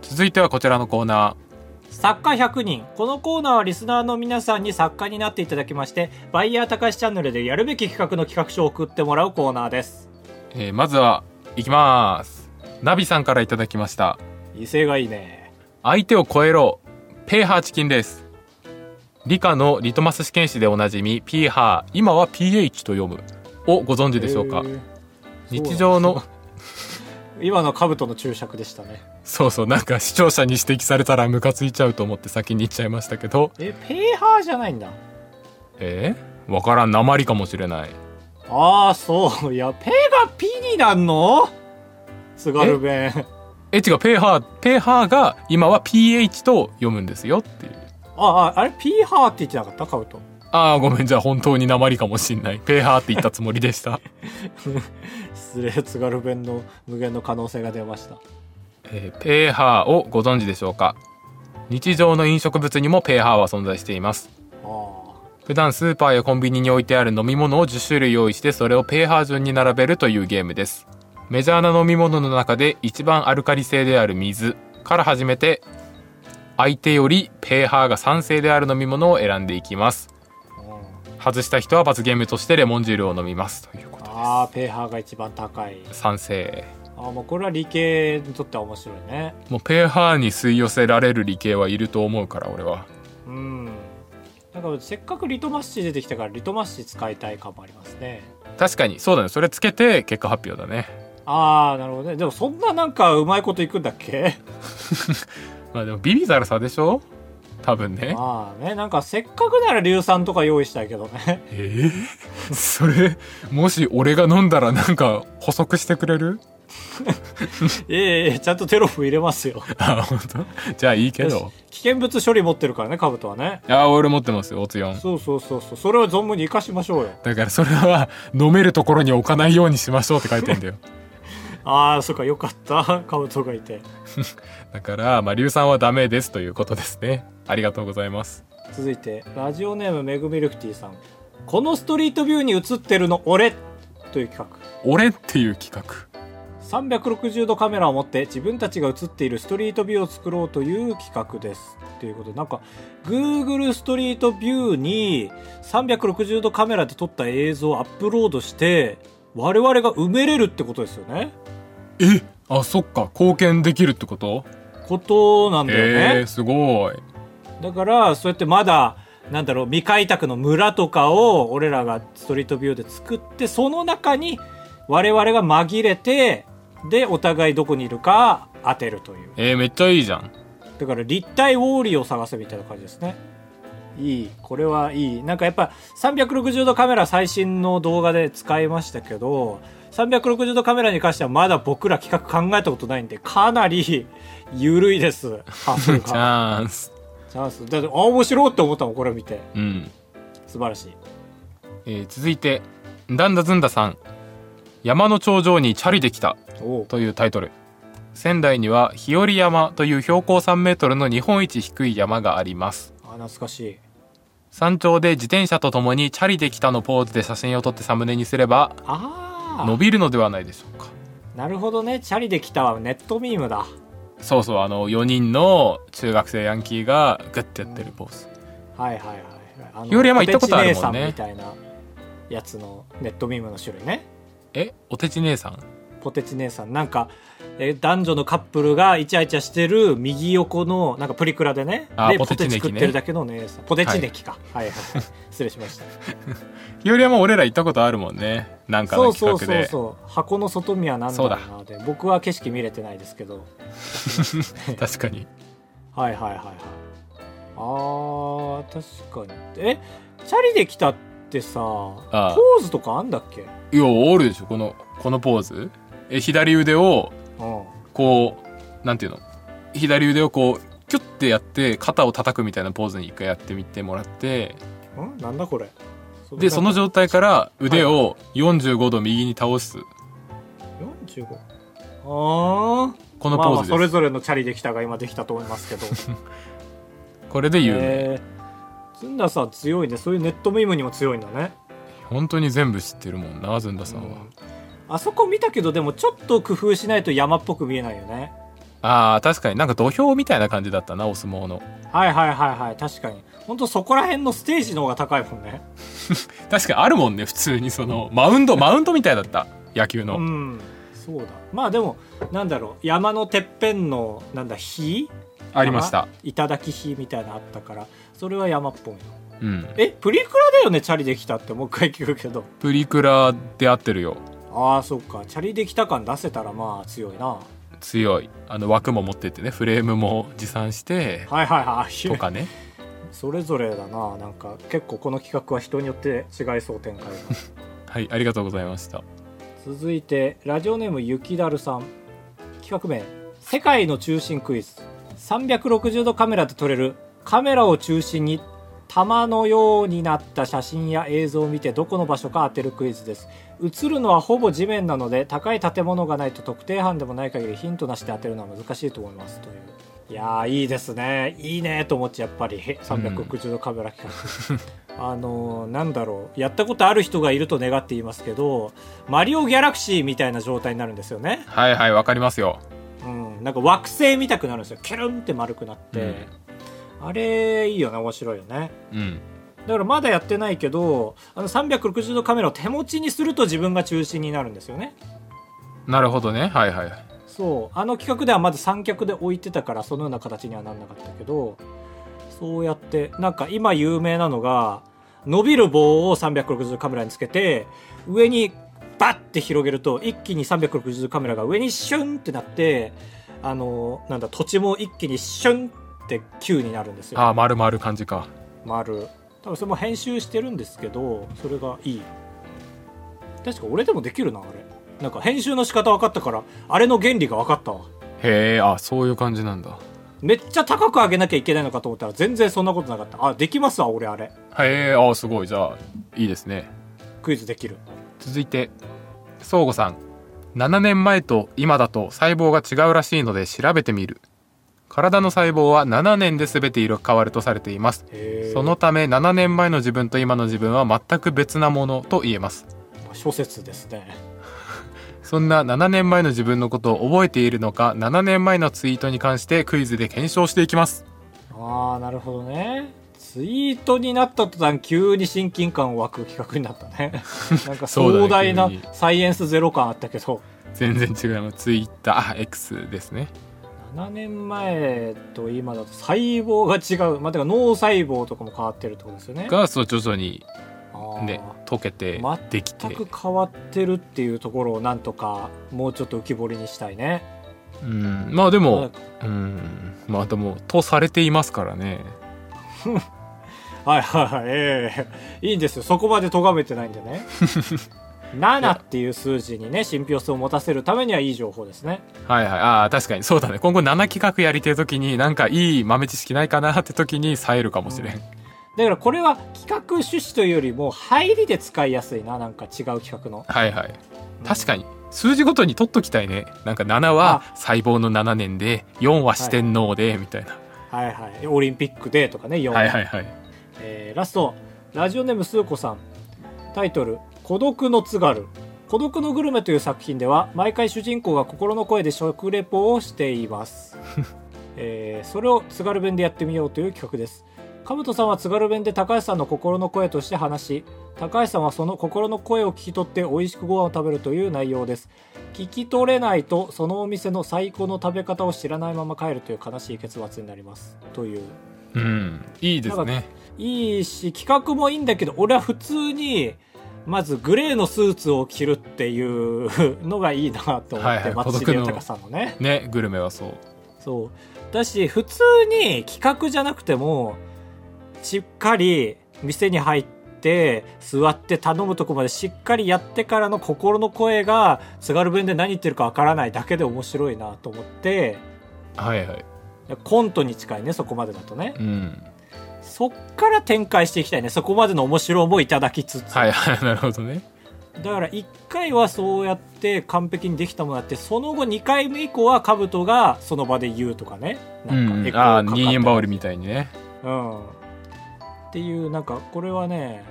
Speaker 1: 続いてはこちらのコーナ
Speaker 2: 作家100人このコーナーはリスナーの皆さんに作家になっていただきましてバイヤーたかしチャンネルでやるべき企画の企画書を送ってもらうコーナーです
Speaker 1: ー、えーまずはいきますナビさんからいただきました
Speaker 2: 威勢がいいね
Speaker 1: 相手を超えろペーハーチキンレース理科のリトマス試験紙でおなじみ p ハー今は PH と読むをご存知でしょうか
Speaker 2: へー
Speaker 1: 日常の
Speaker 2: 今の兜の注釈でしたね
Speaker 1: そうそうなんか視聴者に指摘されたらムカついちゃうと思って先に言っちゃいましたけど
Speaker 2: えペーハーじゃないんだ
Speaker 1: えー、わからん鉛かもしれない
Speaker 2: ああそういやペがピになんの津軽弁
Speaker 1: え違うペーハーペーハーが今は PH と読むんですよっていう
Speaker 2: あああれピーハーって言ってなかったカブト
Speaker 1: ああごめんじゃあ本当に鉛かもしんないペーハーって言ったつもりでした
Speaker 2: 失礼津軽弁の無限の可能性が出ました
Speaker 1: えーペーハーをご存知でしょうか日常の飲食物にもペーハーは存在しています
Speaker 2: あ
Speaker 1: 普段スーパーやコンビニに置いてある飲み物を10種類用意してそれをペーハー順に並べるというゲームですメジャーな飲み物の中で一番アルカリ性である水から始めて相手よりペーハーが酸性である飲み物を選んでいきます
Speaker 2: あ、うん、
Speaker 1: 外した人は罰ゲームとしてレモン汁を飲みますということ
Speaker 2: ああペーハーが一番高い
Speaker 1: 酸性
Speaker 2: ああもうこれは理系にとっては面白いね
Speaker 1: もうペーハーに吸い寄せられる理系はいると思うから俺は
Speaker 2: うんなんかせっかくリトマス紙出てきたからリトマス紙使いたい感もありますね
Speaker 1: 確かにそうだねそれつけて結果発表だね
Speaker 2: ああなるほどねでもそんななんかうまいこといくんだっけ
Speaker 1: まあでもビビザルさでしょ多分ね
Speaker 2: まあねなんかせっかくなら硫酸とか用意したいけどね
Speaker 1: え ーそれもし俺が飲んだらなんか補足してくれる
Speaker 2: いえいえちゃんとテロップ入れますよ
Speaker 1: あ本当じゃあいいけど
Speaker 2: 危険物処理持ってるからねカブトはね
Speaker 1: あ俺持ってますよおつよん
Speaker 2: そうそうそうそうそれを存分に生かしましょうよ
Speaker 1: だからそれは飲めるところに置かないようにしましょうって書いてん だよ
Speaker 2: ああそっかよかった カブトがいて
Speaker 1: だからまあ硫酸はダメですということですねありがとうございます
Speaker 2: 続いてラジオネームメグミルクティーさんこのストリートビューに映ってるの俺という企画
Speaker 1: 俺っていう企画
Speaker 2: 360度カメラを持って自分たちが映っているストリートビューを作ろうという企画です。ということでなんか Google ストリートビューに360度カメラで撮った映像をアップロードして我々が埋めれるってことですよね。
Speaker 1: えあそっか貢献できるってこと
Speaker 2: ことなんだよ
Speaker 1: え
Speaker 2: ね
Speaker 1: ー、。すごい
Speaker 2: だからそうやってまだなんだろう未開拓の村とかを俺らがストリートビューで作ってその中に我々が紛れてでお互いどこにいるか当てるという。
Speaker 1: えー、めっちゃいいじゃん
Speaker 2: だから立体ウォーリーを探せみたいな感じですねいいこれはいいなんかやっぱ360度カメラ最新の動画で使いましたけど360度カメラに関してはまだ僕ら企画考えたことないんでかなり 緩いですハードル
Speaker 1: チ
Speaker 2: が
Speaker 1: ャンス
Speaker 2: チャンスだってあ面白いって思ったもんこれ見て
Speaker 1: うん
Speaker 2: 素晴らしい
Speaker 1: えー続いてダンダズンダさん山の頂上にチャリできた
Speaker 2: おう
Speaker 1: というタイトル仙台には日和山という標高3メートルの日本一低い山があります
Speaker 2: あ懐かしい
Speaker 1: 山頂で自転車とともにチャリできたのポーズで写真を撮ってサムネにすれば
Speaker 2: あ
Speaker 1: 伸びるのではないでしょうか
Speaker 2: あなるほどねチャリで来たはネットミームだ
Speaker 1: そうそうあの4人の中学生ヤンキーがグッてやってるポーズ
Speaker 2: はいはいはいはいあの
Speaker 1: よりはまあ行ったことあるもんね
Speaker 2: ポテチ姉さみたいなやつのネットミームの種類ね
Speaker 1: えおてち姉さん
Speaker 2: ポテチ姉さんなんかえー男女のカップルがイチャイチャしてる右横のなんかプリクラでね
Speaker 1: あー
Speaker 2: で
Speaker 1: ポテチネキね
Speaker 2: 食ってるだけの姉さんポテチネキか、はい、はいはい失礼しました
Speaker 1: 日和山俺ら行ったことあるもんね なんか
Speaker 2: そ
Speaker 1: の
Speaker 2: うそ
Speaker 1: 企画
Speaker 2: うそう
Speaker 1: で
Speaker 2: そう箱の外見は何だろうなで僕は景色見れてないですけど
Speaker 1: 確かに
Speaker 2: はいはいはいはいあー確かにえチャリで来たってさ
Speaker 1: あ
Speaker 2: ポーズとかあんだっけ
Speaker 1: いやおるでしょこのこのポーズえ左腕を
Speaker 2: うん
Speaker 1: こうなんていうの左腕をこうキュッてやって肩を叩くみたいなポーズに一回やってみてもらって
Speaker 2: んなんだこれ
Speaker 1: でその
Speaker 2: 45
Speaker 1: 状態から腕を45度右に倒す
Speaker 2: ああ
Speaker 1: このポーズです、
Speaker 2: それぞれのチャリできたが今できたと思います けど
Speaker 1: これで有名、
Speaker 2: えー、ずんださん強いねそういうネットミームにも強いんだね
Speaker 1: 本当に全部知ってるもんなずんださんは、
Speaker 2: あそこ見たけどでもちょっと工夫しないと山っぽく見えないよね
Speaker 1: あー確かになんか土俵みたいな感じだったなお相撲の
Speaker 2: はいはいはいはい確かにほんとそこら辺のステージの方が高いもんね
Speaker 1: 確かにあるもんね普通にそのマウンドマウンドみたいだった野球の、
Speaker 2: うんそうだまあでもなんだろう山のてっぺんのなんだ火
Speaker 1: ありました
Speaker 2: 頂き火みたいなのあったからそれは山っぽいな
Speaker 1: うん、
Speaker 2: えプリクラだよねチャリできたってもう一回聞くけど
Speaker 1: プリクラで合ってるよ
Speaker 2: ああそっかチャリできた感出せたらまあ強いなは
Speaker 1: 強いあの枠も持ってってねフレームも持参して
Speaker 2: いはいはい
Speaker 1: とかね
Speaker 2: それぞれだななんか結構この企画は人によって違いそう 展開が
Speaker 1: はいありがとうございました
Speaker 2: 続いてラジオネームゆきだるさん企画名「世界の中心クイズ」360度カメラで撮れるカメラを中心に玉のようになった写真や映像を見てどこの場所か当てるクイズです映るのはほぼ地面なので高い建物がないと特定班でもない限りヒントなしで当てるのは難しいと思いますといういやーいいですねいいねと思ってやっぱりへ360度カメラ企画、 あのーなんだろうやったことある人がいると願って言いますけどマリオ・ギャラクシーみたいな状態になるんですよね、
Speaker 1: はいはいわかりますよ
Speaker 2: うん、なんか惑星みたくなるんですよキュルンって丸くなって、あれいいよね面白いよね
Speaker 1: うん
Speaker 2: だからまだやってないけどあの360度カメラを手持ちにすると自分が中心になるんですよね
Speaker 1: なるほどねはいはい
Speaker 2: そうあの企画ではまず三脚で置いてたからそのような形にはなんなかったけどそうやってなんか今有名なのが伸びる棒を360度カメラにつけて上にバッて広げると一気に360度カメラが上にシュンってなってあのなんだ土地も一気にシュンって球になるんですよ
Speaker 1: ああ丸る感じか
Speaker 2: 丸多分それも編集してるんですけどそれがいい確か俺でもできるなあれなんか編集の仕方分かったからあれの原理が分かったわ
Speaker 1: へえあそういう感じなんだ
Speaker 2: めっちゃ高く上げなきゃいけないのかと思ったら全然そんなことなかったあできますわ俺あれ
Speaker 1: へえあすごいじゃあいいですね
Speaker 2: クイズできる
Speaker 1: 続いて相互さん7年前と今だと細胞が違うらしいので調べてみる体の細胞は7年で全て色が変わるとされています
Speaker 2: へえ
Speaker 1: そのため7年前の自分と今の自分は全く別なものと言えます
Speaker 2: 諸説ですね
Speaker 1: そんな7年前の自分のことを覚えているのか7年前のツイートに関してクイズで検証していきます
Speaker 2: ああなるほどねツイートになった途端急に親近感を湧く企画になった ねなんか
Speaker 1: そうだね
Speaker 2: 壮大な
Speaker 1: 急に
Speaker 2: サイエンスゼロ感あったけど
Speaker 1: 全然違いますツイッター X ですね
Speaker 2: 7年前と今だと細胞が違う、まあ、だから脳細胞とかも変わってるってことですよね。
Speaker 1: がそう徐々に
Speaker 2: あー
Speaker 1: ね溶けてできて
Speaker 2: 全く変わってるっていうところをなんとかもうちょっと浮き彫りにしたいね。
Speaker 1: うんまあで
Speaker 2: ま
Speaker 1: も
Speaker 2: あ
Speaker 1: うんまあでもとされていますからね
Speaker 2: はいはいはい、ええいいんですよ。そこまで咎めてないんで ね。7っていう数字にね、信憑性を持たせるためにはいい情報ですね。
Speaker 1: はいはいああ確かにそうだね今後7企画やりてえ時になんかいい豆知識ないかなって時に冴えるかもしれん、
Speaker 2: だからこれは企画趣旨というよりも入りで使いやすいな、なんか違う企画の。
Speaker 1: はいはい確かに数字ごとに取っときたいねなんか7は細胞の7年で4は四天王でみたいな、
Speaker 2: はいはい。オリンピックでとかね、4
Speaker 1: はい、はいはい
Speaker 2: えーラストラジオネームスー子さんタイトル「孤独の津軽」「孤独のグルメ」という作品では毎回主人公が心の声で食レポをしていますえーそれを津軽弁でやってみようという企画ですカブトさんは津軽弁で高橋さんの心の声として話し高橋さんはその心の声を聞き取って美味しくご飯を食べるという内容です聞き取れないとそのお店の最高の食べ方を知らないまま帰るという悲しい結末になりますという
Speaker 1: うんいいですね
Speaker 2: いいし企画もいいんだけど俺は普通にまずグレーのスーツを着るっていうのがいいなと思って、
Speaker 1: はいはい
Speaker 2: 松
Speaker 1: 孤独
Speaker 2: 重
Speaker 1: の
Speaker 2: 豊さんのね
Speaker 1: ねグルメはそう
Speaker 2: そうだし普通に企画じゃなくてもしっかり店に入って座って頼むとこまでしっかりやってからの心の声が津軽弁で何言ってるかわからないだけで面白いなと思って
Speaker 1: はいはい
Speaker 2: コントに近いねそこまでだとね
Speaker 1: うん
Speaker 2: そっから展開していきたいねそこまでの面白もいただきつつ
Speaker 1: はいはい なるほどね
Speaker 2: だから1回はそうやって完璧にできたものあってその後2回目以降は兜がその場で言うとかねなんか
Speaker 1: う
Speaker 2: エ
Speaker 1: ん
Speaker 2: コー
Speaker 1: ああ
Speaker 2: かかって
Speaker 1: 人間バオルみたいにね
Speaker 2: うんっていうなんかこれはね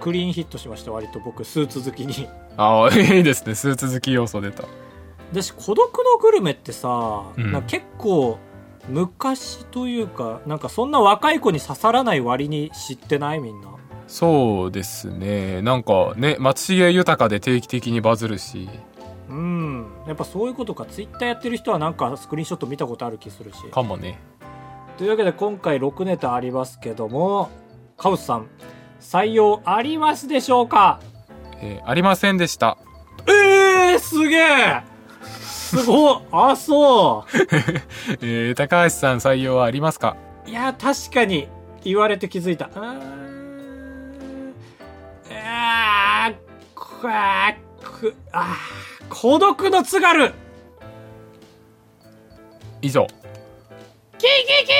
Speaker 2: クリーンヒットしました割と僕スーツ好きに
Speaker 1: ああいいですねスーツ好き要素出た
Speaker 2: だし孤独のグルメってさ、
Speaker 1: うん
Speaker 2: なんか結構昔というかなんかそんな若い子に刺さらない割に知ってないみんな
Speaker 1: そうですねなんかね松重豊で定期的にバズるし
Speaker 2: うんやっぱそういうことかツイッターやってる人はなんかスクリーンショット見たことある気するし
Speaker 1: かもね
Speaker 2: というわけで今回6ネタありますけどもカウスさん採用ありますでしょうか
Speaker 1: えーありませんでした
Speaker 2: えー、すげえすごっあそう
Speaker 1: えー高橋さん採用はありますか
Speaker 2: いや確かに言われて気づいたうーんあーくあーくあー孤独の津軽
Speaker 1: 以上
Speaker 2: キーキーキ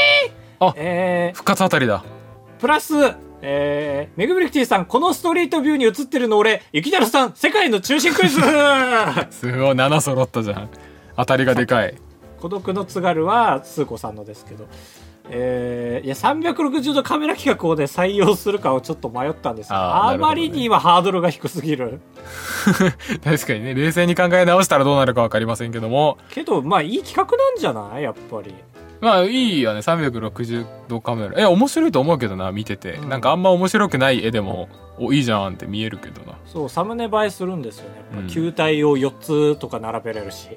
Speaker 2: ー
Speaker 1: あ
Speaker 2: え
Speaker 1: 復活あたりだ
Speaker 2: ー、プラスえー、メグブリクティさん、このストリートビューに映ってるの俺、雪だるさん、世界の中心クイズ
Speaker 1: すごい7揃ったじゃん当たりがでかい
Speaker 2: 孤独の津軽は、スー子さんのですけど。えー、いや、360度カメラ企画をね、採用するかをちょっと迷ったんですが、
Speaker 1: あー
Speaker 2: あまりに今ハードルが低すぎる。
Speaker 1: 確かにね冷静に考え直したらどうなるか分かりませんけども
Speaker 2: けどまあいい企画なんじゃないやっぱり
Speaker 1: まあいいよね360度カメラえ面白いと思うけどな見てて、なんかあんま面白くない絵でもおいいじゃんって見えるけどな
Speaker 2: そうサムネ映えするんですよねやっぱ
Speaker 1: うん
Speaker 2: 球体を4つとか並べれるし、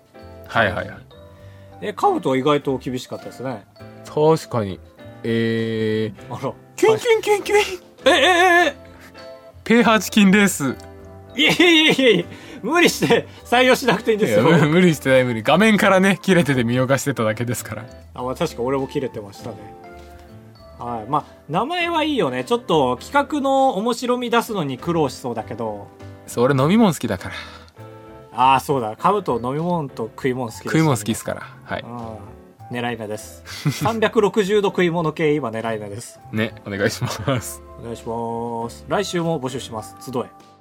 Speaker 1: はいはいはい
Speaker 2: えカブトは意外と厳しかったですね
Speaker 1: 確かにえー、
Speaker 2: あら
Speaker 1: キュンキュンキュンキュン
Speaker 2: えええ
Speaker 1: ペーハーチキンレース
Speaker 2: ええいやいやいやいや無理して採用しなくていいんで
Speaker 1: い
Speaker 2: す
Speaker 1: や
Speaker 2: よ
Speaker 1: 無無理してない無理画面からね切れてて見逃してただけですから
Speaker 2: あ、まあ、確か俺も切れてましたねはいまあ名前はいいよねちょっと企画の面白み出すのに苦労しそうだけど
Speaker 1: そう俺飲み物好きだから
Speaker 2: ああそうだカブト飲み物と食い物好きです、
Speaker 1: 食い物好きですからはい
Speaker 2: うん狙い目です360度食い物系今狙い目です
Speaker 1: ねお願いします
Speaker 2: お願いします来週も募集します集え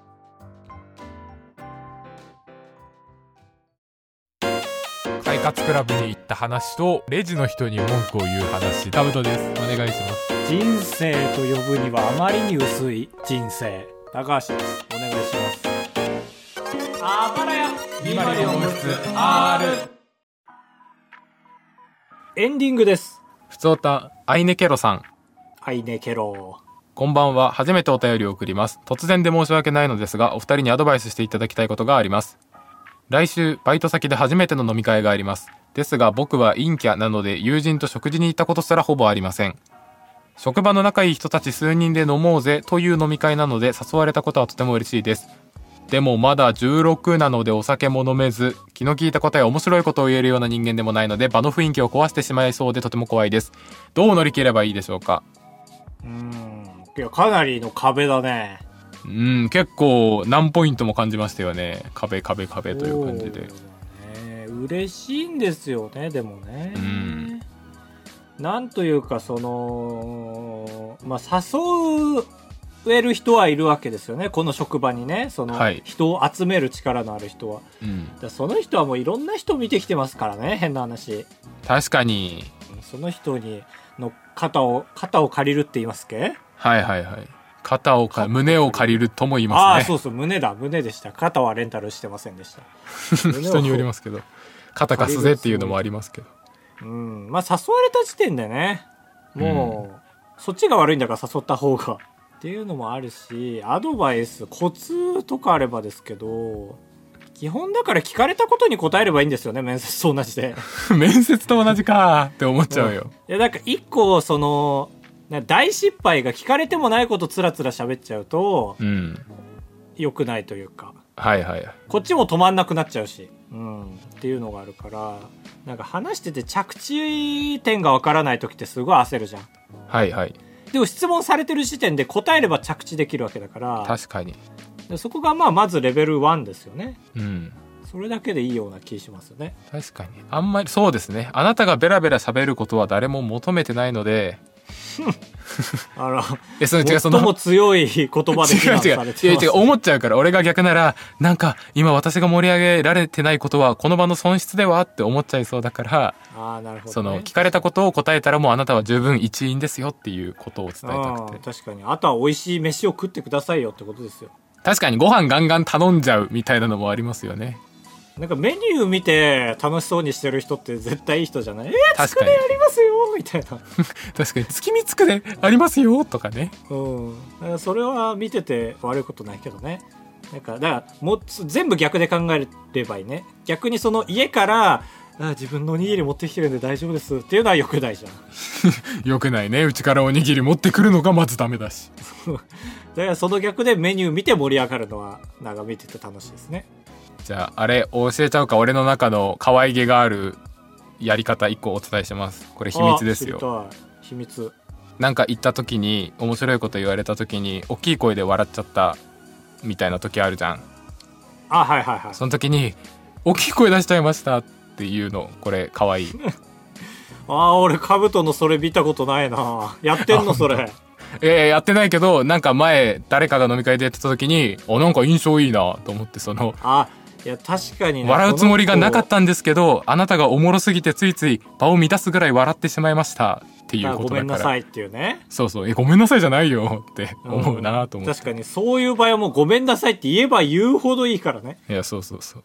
Speaker 1: 快活クラブに行った話とレジの人に文句を言う話タブトですお願いします
Speaker 2: 人生と呼ぶにはあまりに薄い人生高橋ですお願いしますあばらやエンディングです
Speaker 1: ふつおたアイネケロさん
Speaker 2: はいねケロ
Speaker 1: こんばんは初めてお便りを送ります突然で申し訳ないのですがお二人にアドバイスしていただきたいことがあります来週バイト先で初めての飲み会がありますですが僕は陰キャなので友人と食事に行ったことすらほぼありません職場の仲いい人たち数人で飲もうぜという飲み会なので誘われたことはとても嬉しいですでもまだ16なのでお酒も飲めず気の利いた答え面白いことを言えるような人間でもないので場の雰囲気を壊してしまいそうでとても怖いですどう乗り切ればいいでしょうか
Speaker 2: うーんいやかなりの壁だね
Speaker 1: うん、結構何ポイントも感じましたよね。壁、壁、壁という感じで。
Speaker 2: そうね嬉しいんですよねでもね、
Speaker 1: うん
Speaker 2: なんというかそのまあ誘える人はいるわけですよねこの職場にねその、
Speaker 1: はい
Speaker 2: 人を集める力のある人は
Speaker 1: うん。
Speaker 2: だからその人はもういろんな人見てきてますからね変な話
Speaker 1: 確かに。
Speaker 2: その人にの肩を肩を借りるって言いますっけ
Speaker 1: はいはいはい。肩をか、胸を借りるとも言い
Speaker 2: あ
Speaker 1: ま
Speaker 2: あ
Speaker 1: す
Speaker 2: そ
Speaker 1: ね。
Speaker 2: うそう胸だ胸でした肩はレンタルしてませんでした 胸を
Speaker 1: 人によりますけど。肩貸すぜっていうのもありますけど。
Speaker 2: うんまあ誘われた時点でねもう、そっちが悪いんだから誘った方がっていうのもあるしアドバイスコツとかあればですけど基本だから聞かれたことに答えればいいんですよね面接と同じで
Speaker 1: 面接と同じかーって思っちゃうよ。
Speaker 2: いやなんか一個そのな大失敗が聞かれてもないことつらつら喋っちゃうと
Speaker 1: うん。
Speaker 2: 良くないというか
Speaker 1: はいはい。
Speaker 2: こっちも止まんなくなっちゃうし、うん、っていうのがあるからなんか話してて着地点がわからない時ってすごい焦るじゃん
Speaker 1: はいはい。
Speaker 2: でも質問されてる時点で答えれば着地できるわけだから
Speaker 1: 確かに。
Speaker 2: でそこがまあまずレベル1ですよね
Speaker 1: うん。
Speaker 2: それだけでいいような気しますよね
Speaker 1: 確かに。あんまり、そうですね。あなたがベラベラ喋ることは誰も求めてないので、
Speaker 2: あの
Speaker 1: え、その 違う、その、
Speaker 2: 最も強い言葉で非 難
Speaker 1: 違う
Speaker 2: されて
Speaker 1: 違う。いや違う、思っちゃうから、俺が逆なら、なんか、今私が盛り上げられてないことは、この場の損失ではって思っちゃいそうだから、
Speaker 2: ああなるほど、ね、
Speaker 1: その、聞かれたことを答えたら、もうあなたは十分一員ですよっていうことを伝えた
Speaker 2: う
Speaker 1: くて。
Speaker 2: ん確かにあとは美味しい飯を食ってくださいよってことですよ
Speaker 1: 確かにご飯ガンガン頼んじゃうみたいなのもありますよね。
Speaker 2: なんかメニュー見て楽しそうにしてる人って絶対いい人じゃないえー、
Speaker 1: 確
Speaker 2: 作
Speaker 1: か
Speaker 2: れ
Speaker 1: に
Speaker 2: ありますよみたいな
Speaker 1: 確かに、月見つくでありますよとかね。
Speaker 2: うんだからそれは見てて悪いことないけどねなんかだからもうつ全部逆で考えればいいね逆にその家からあ自分のおにぎり持ってきてるんで大丈夫ですっていうのはよくないじゃん
Speaker 1: よくないねうちからおにぎり持ってくるのがまずダメだし
Speaker 2: だからその逆でメニュー見て盛り上がるのはなんか見てて楽しいですね
Speaker 1: じゃああれ教えちゃうか俺の中の可愛げがあるやり方一個お伝えしますこれ秘密ですよ
Speaker 2: あ知りたい秘密
Speaker 1: なんか言った時に面白いこと言われた時に大きい声で笑っちゃったみたいな時あるじゃん
Speaker 2: あはいはいはい
Speaker 1: その時に大きい声出しちゃいましたっていうのこれ可 愛い
Speaker 2: ああ俺カブトのそれ見たことないなやってん のそれ
Speaker 1: えー、やってないけどなんか前誰かが飲み会でやってた時にあなんか印象いいなと思ってその
Speaker 2: あいや確かにね
Speaker 1: 笑うつもりがなかったんですけどあなたがおもろすぎてついつい場を乱すぐらい笑ってしまいましたってい
Speaker 2: あ
Speaker 1: うこ
Speaker 2: ご
Speaker 1: と
Speaker 2: め
Speaker 1: だ
Speaker 2: ん
Speaker 1: か
Speaker 2: な
Speaker 1: ら
Speaker 2: さいっていうね
Speaker 1: そうそうえごめんなさいじゃないよって
Speaker 2: ん
Speaker 1: 思うなと思って、
Speaker 2: 確かにそういう場合はもうごめんなさいって言えば言うほどいいからね
Speaker 1: いやそうそうそう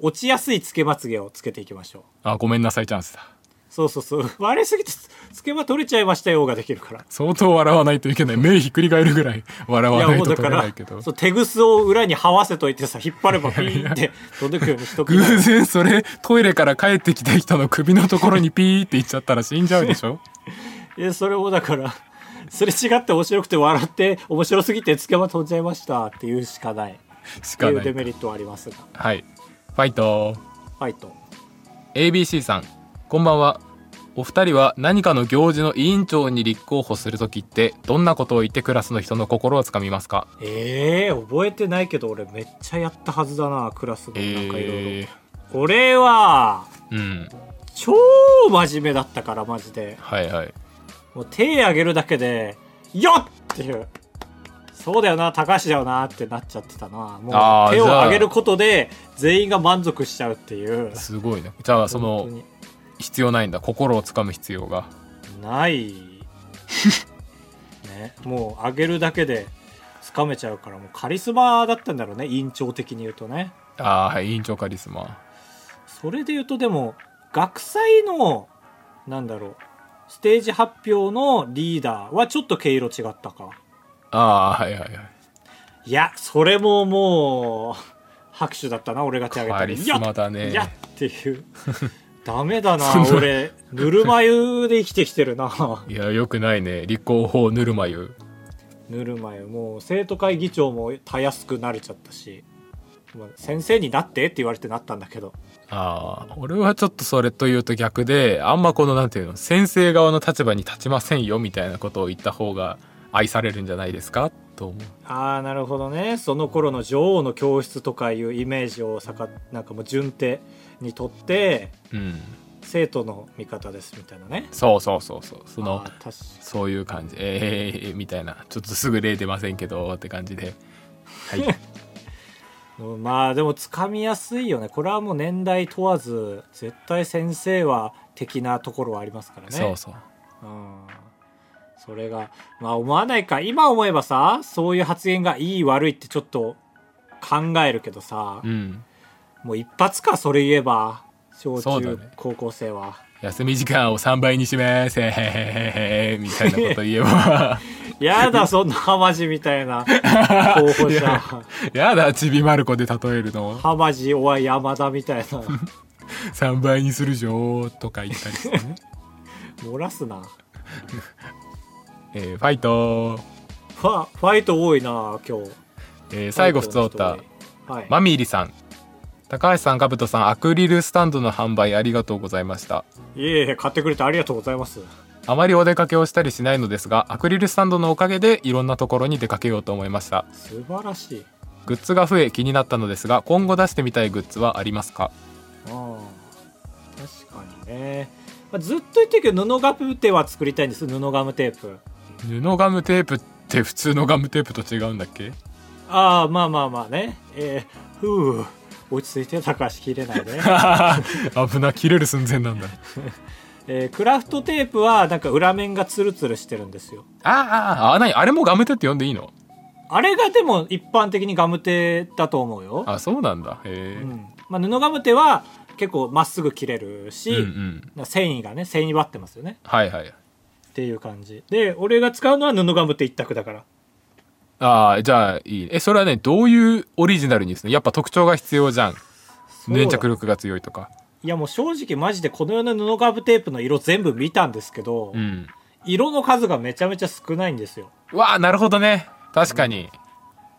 Speaker 2: 落ちやすいつけまつげをつけていきましょう
Speaker 1: あごめんなさいチャンスだ
Speaker 2: そうそうそう 割れすぎてつつけま取れちゃいましたよができるから
Speaker 1: 相当笑わないといけない目ひっくり返るぐらい笑
Speaker 2: い
Speaker 1: わ
Speaker 2: や
Speaker 1: ない
Speaker 2: もう
Speaker 1: と
Speaker 2: だ
Speaker 1: 取
Speaker 2: か
Speaker 1: れない
Speaker 2: ら
Speaker 1: けど
Speaker 2: そう手ぐすを裏に這わせといてさ引っ張ればピーって届くようにしとく
Speaker 1: 偶然それトイレから帰ってきた人の首のところにピーっていっちゃったら死んじゃうでしょ
Speaker 2: でそれをだからすれ違って面白くて笑って面白すぎてつけま飛んじゃいましたっていうしかないっ
Speaker 1: してか
Speaker 2: い
Speaker 1: な
Speaker 2: うデメ
Speaker 1: い
Speaker 2: リットはありますが
Speaker 1: はいファイト
Speaker 2: ファイト
Speaker 1: ABC さんこんばんはお二人は何かの行事の委員長に立候補する時ってどんなことを言ってクラスの人の心をつかみますか
Speaker 2: ええ覚えてないけど俺めっちゃやったはずだなクラスのなんかいろい
Speaker 1: え
Speaker 2: ろ俺は
Speaker 1: ー、うん
Speaker 2: 超真面目だったからマジで
Speaker 1: はいはい
Speaker 2: もう手挙げるだけで「よっ!」っていう「そうだよな高橋だよな」ってなっちゃってたなも
Speaker 1: あ
Speaker 2: う
Speaker 1: ー
Speaker 2: 手を
Speaker 1: じゃあ
Speaker 2: 挙げることで全員が満足しちゃうっていう
Speaker 1: すごいねじゃあその
Speaker 2: 本当に
Speaker 1: 必要ないんだ心をつかむ必要が
Speaker 2: ないねもう挙げるだけでつかめちゃうからもうカリスマだったんだろうね院長的に言うとね
Speaker 1: ああはい委員長カリスマ
Speaker 2: それで言うとでも学祭のなんだろうステージ発表のリーダーはちょっと毛色違ったか
Speaker 1: ああはいはいはい
Speaker 2: いや、それももう、拍手だったな、俺が手挙げた
Speaker 1: カリスマだね
Speaker 2: やっっ ていう。ダメだな
Speaker 1: そん、な
Speaker 2: 俺、ぬるま湯で生きてきてるな。
Speaker 1: いやよくないね立候補ぬるま湯
Speaker 2: ぬるま湯。もう、生徒会議長もたやすくなれちゃったし、まあ先生になってって言われてなったんだけど。
Speaker 1: ああ俺はちょっとそれというと逆であんまこのなんていうの先生側の立場に立ちませんよみたいなことを言った方が愛されるんじゃないですかと思う
Speaker 2: ああ、なるほどね。その頃の女王の教室とかいうイメージをさか、なんかもう順手にとって、
Speaker 1: うん
Speaker 2: 生徒の味方ですみたいなね。
Speaker 1: そうそうそうそうその
Speaker 2: あー確か
Speaker 1: そういう感じえー、えーみたいなちょっとすぐ例出ませんけどって感じで はい
Speaker 2: うんまあでもつかみやすいよねこれはもう年代問わず絶対先生は的なところはありますからね
Speaker 1: そうそう
Speaker 2: うん、それがまあ思わないか今思えばさそういう発言がいい悪いってちょっと考えるけどさ、
Speaker 1: うん
Speaker 2: もう一発かそれ言えば小
Speaker 1: そうだ
Speaker 2: 中、
Speaker 1: ね
Speaker 2: 高校生は
Speaker 1: 休み時間を3倍にしますへへへへへみたいなこと言えば
Speaker 2: やだそんなハマジみたいな候補者
Speaker 1: やだちびまる子で例えるの
Speaker 2: ハマジおい山田みたいな
Speaker 1: 3倍にするじょーとか言ったりしてね
Speaker 2: 漏らすな
Speaker 1: えーファイト、
Speaker 2: ファファイト多いな今日
Speaker 1: えー最後普通おった
Speaker 2: はい
Speaker 1: マミーリさん高橋さんかぶとさんアクリルスタンドの販売ありがとうございました
Speaker 2: いえいえ、買ってくれてありがとうございます。
Speaker 1: あまりお出かけをしたりしないのですがアクリルスタンドのおかげでいろんなところに出かけようと思いました
Speaker 2: 素晴らしい。
Speaker 1: グッズが増え気になったのですが今後出してみたいグッズはありますか
Speaker 2: うん。確かにね。まあずっと言ってるけど、布ガムテは作りたいんです。布ガムテープ。
Speaker 1: 布ガムテープって普通のガムテープと違うんだっけ
Speaker 2: ああ、まあまあまあね。えー、ふう。落ち着いて高橋切れない ね、
Speaker 1: 危な切れる寸前なんだ
Speaker 2: えークラフトテープはなんか裏面がツルツルしてるんですよ
Speaker 1: ああああ何あれもガムテって呼んでいいの
Speaker 2: あれがでも一般的にガムテだと思うよ、
Speaker 1: あそうなんだへえ、
Speaker 2: うんまあ、布ガムテは結構まっすぐ切れるし、
Speaker 1: うんうん
Speaker 2: な繊維がね繊維張ってますよね
Speaker 1: はいはい
Speaker 2: っていう感じで俺が使うのは布ガムテ一択だから
Speaker 1: ああ、じゃあいい。え、それはね、どういうオリジナルにですね、やっぱ特徴が必要じゃん。粘着力が強いとか。
Speaker 2: いやもう正直マジでこの世の布ガブテープの色全部見たんですけど、
Speaker 1: うん
Speaker 2: 色の数がめちゃめちゃ少ないんですよ
Speaker 1: うわあなるほどね確かに、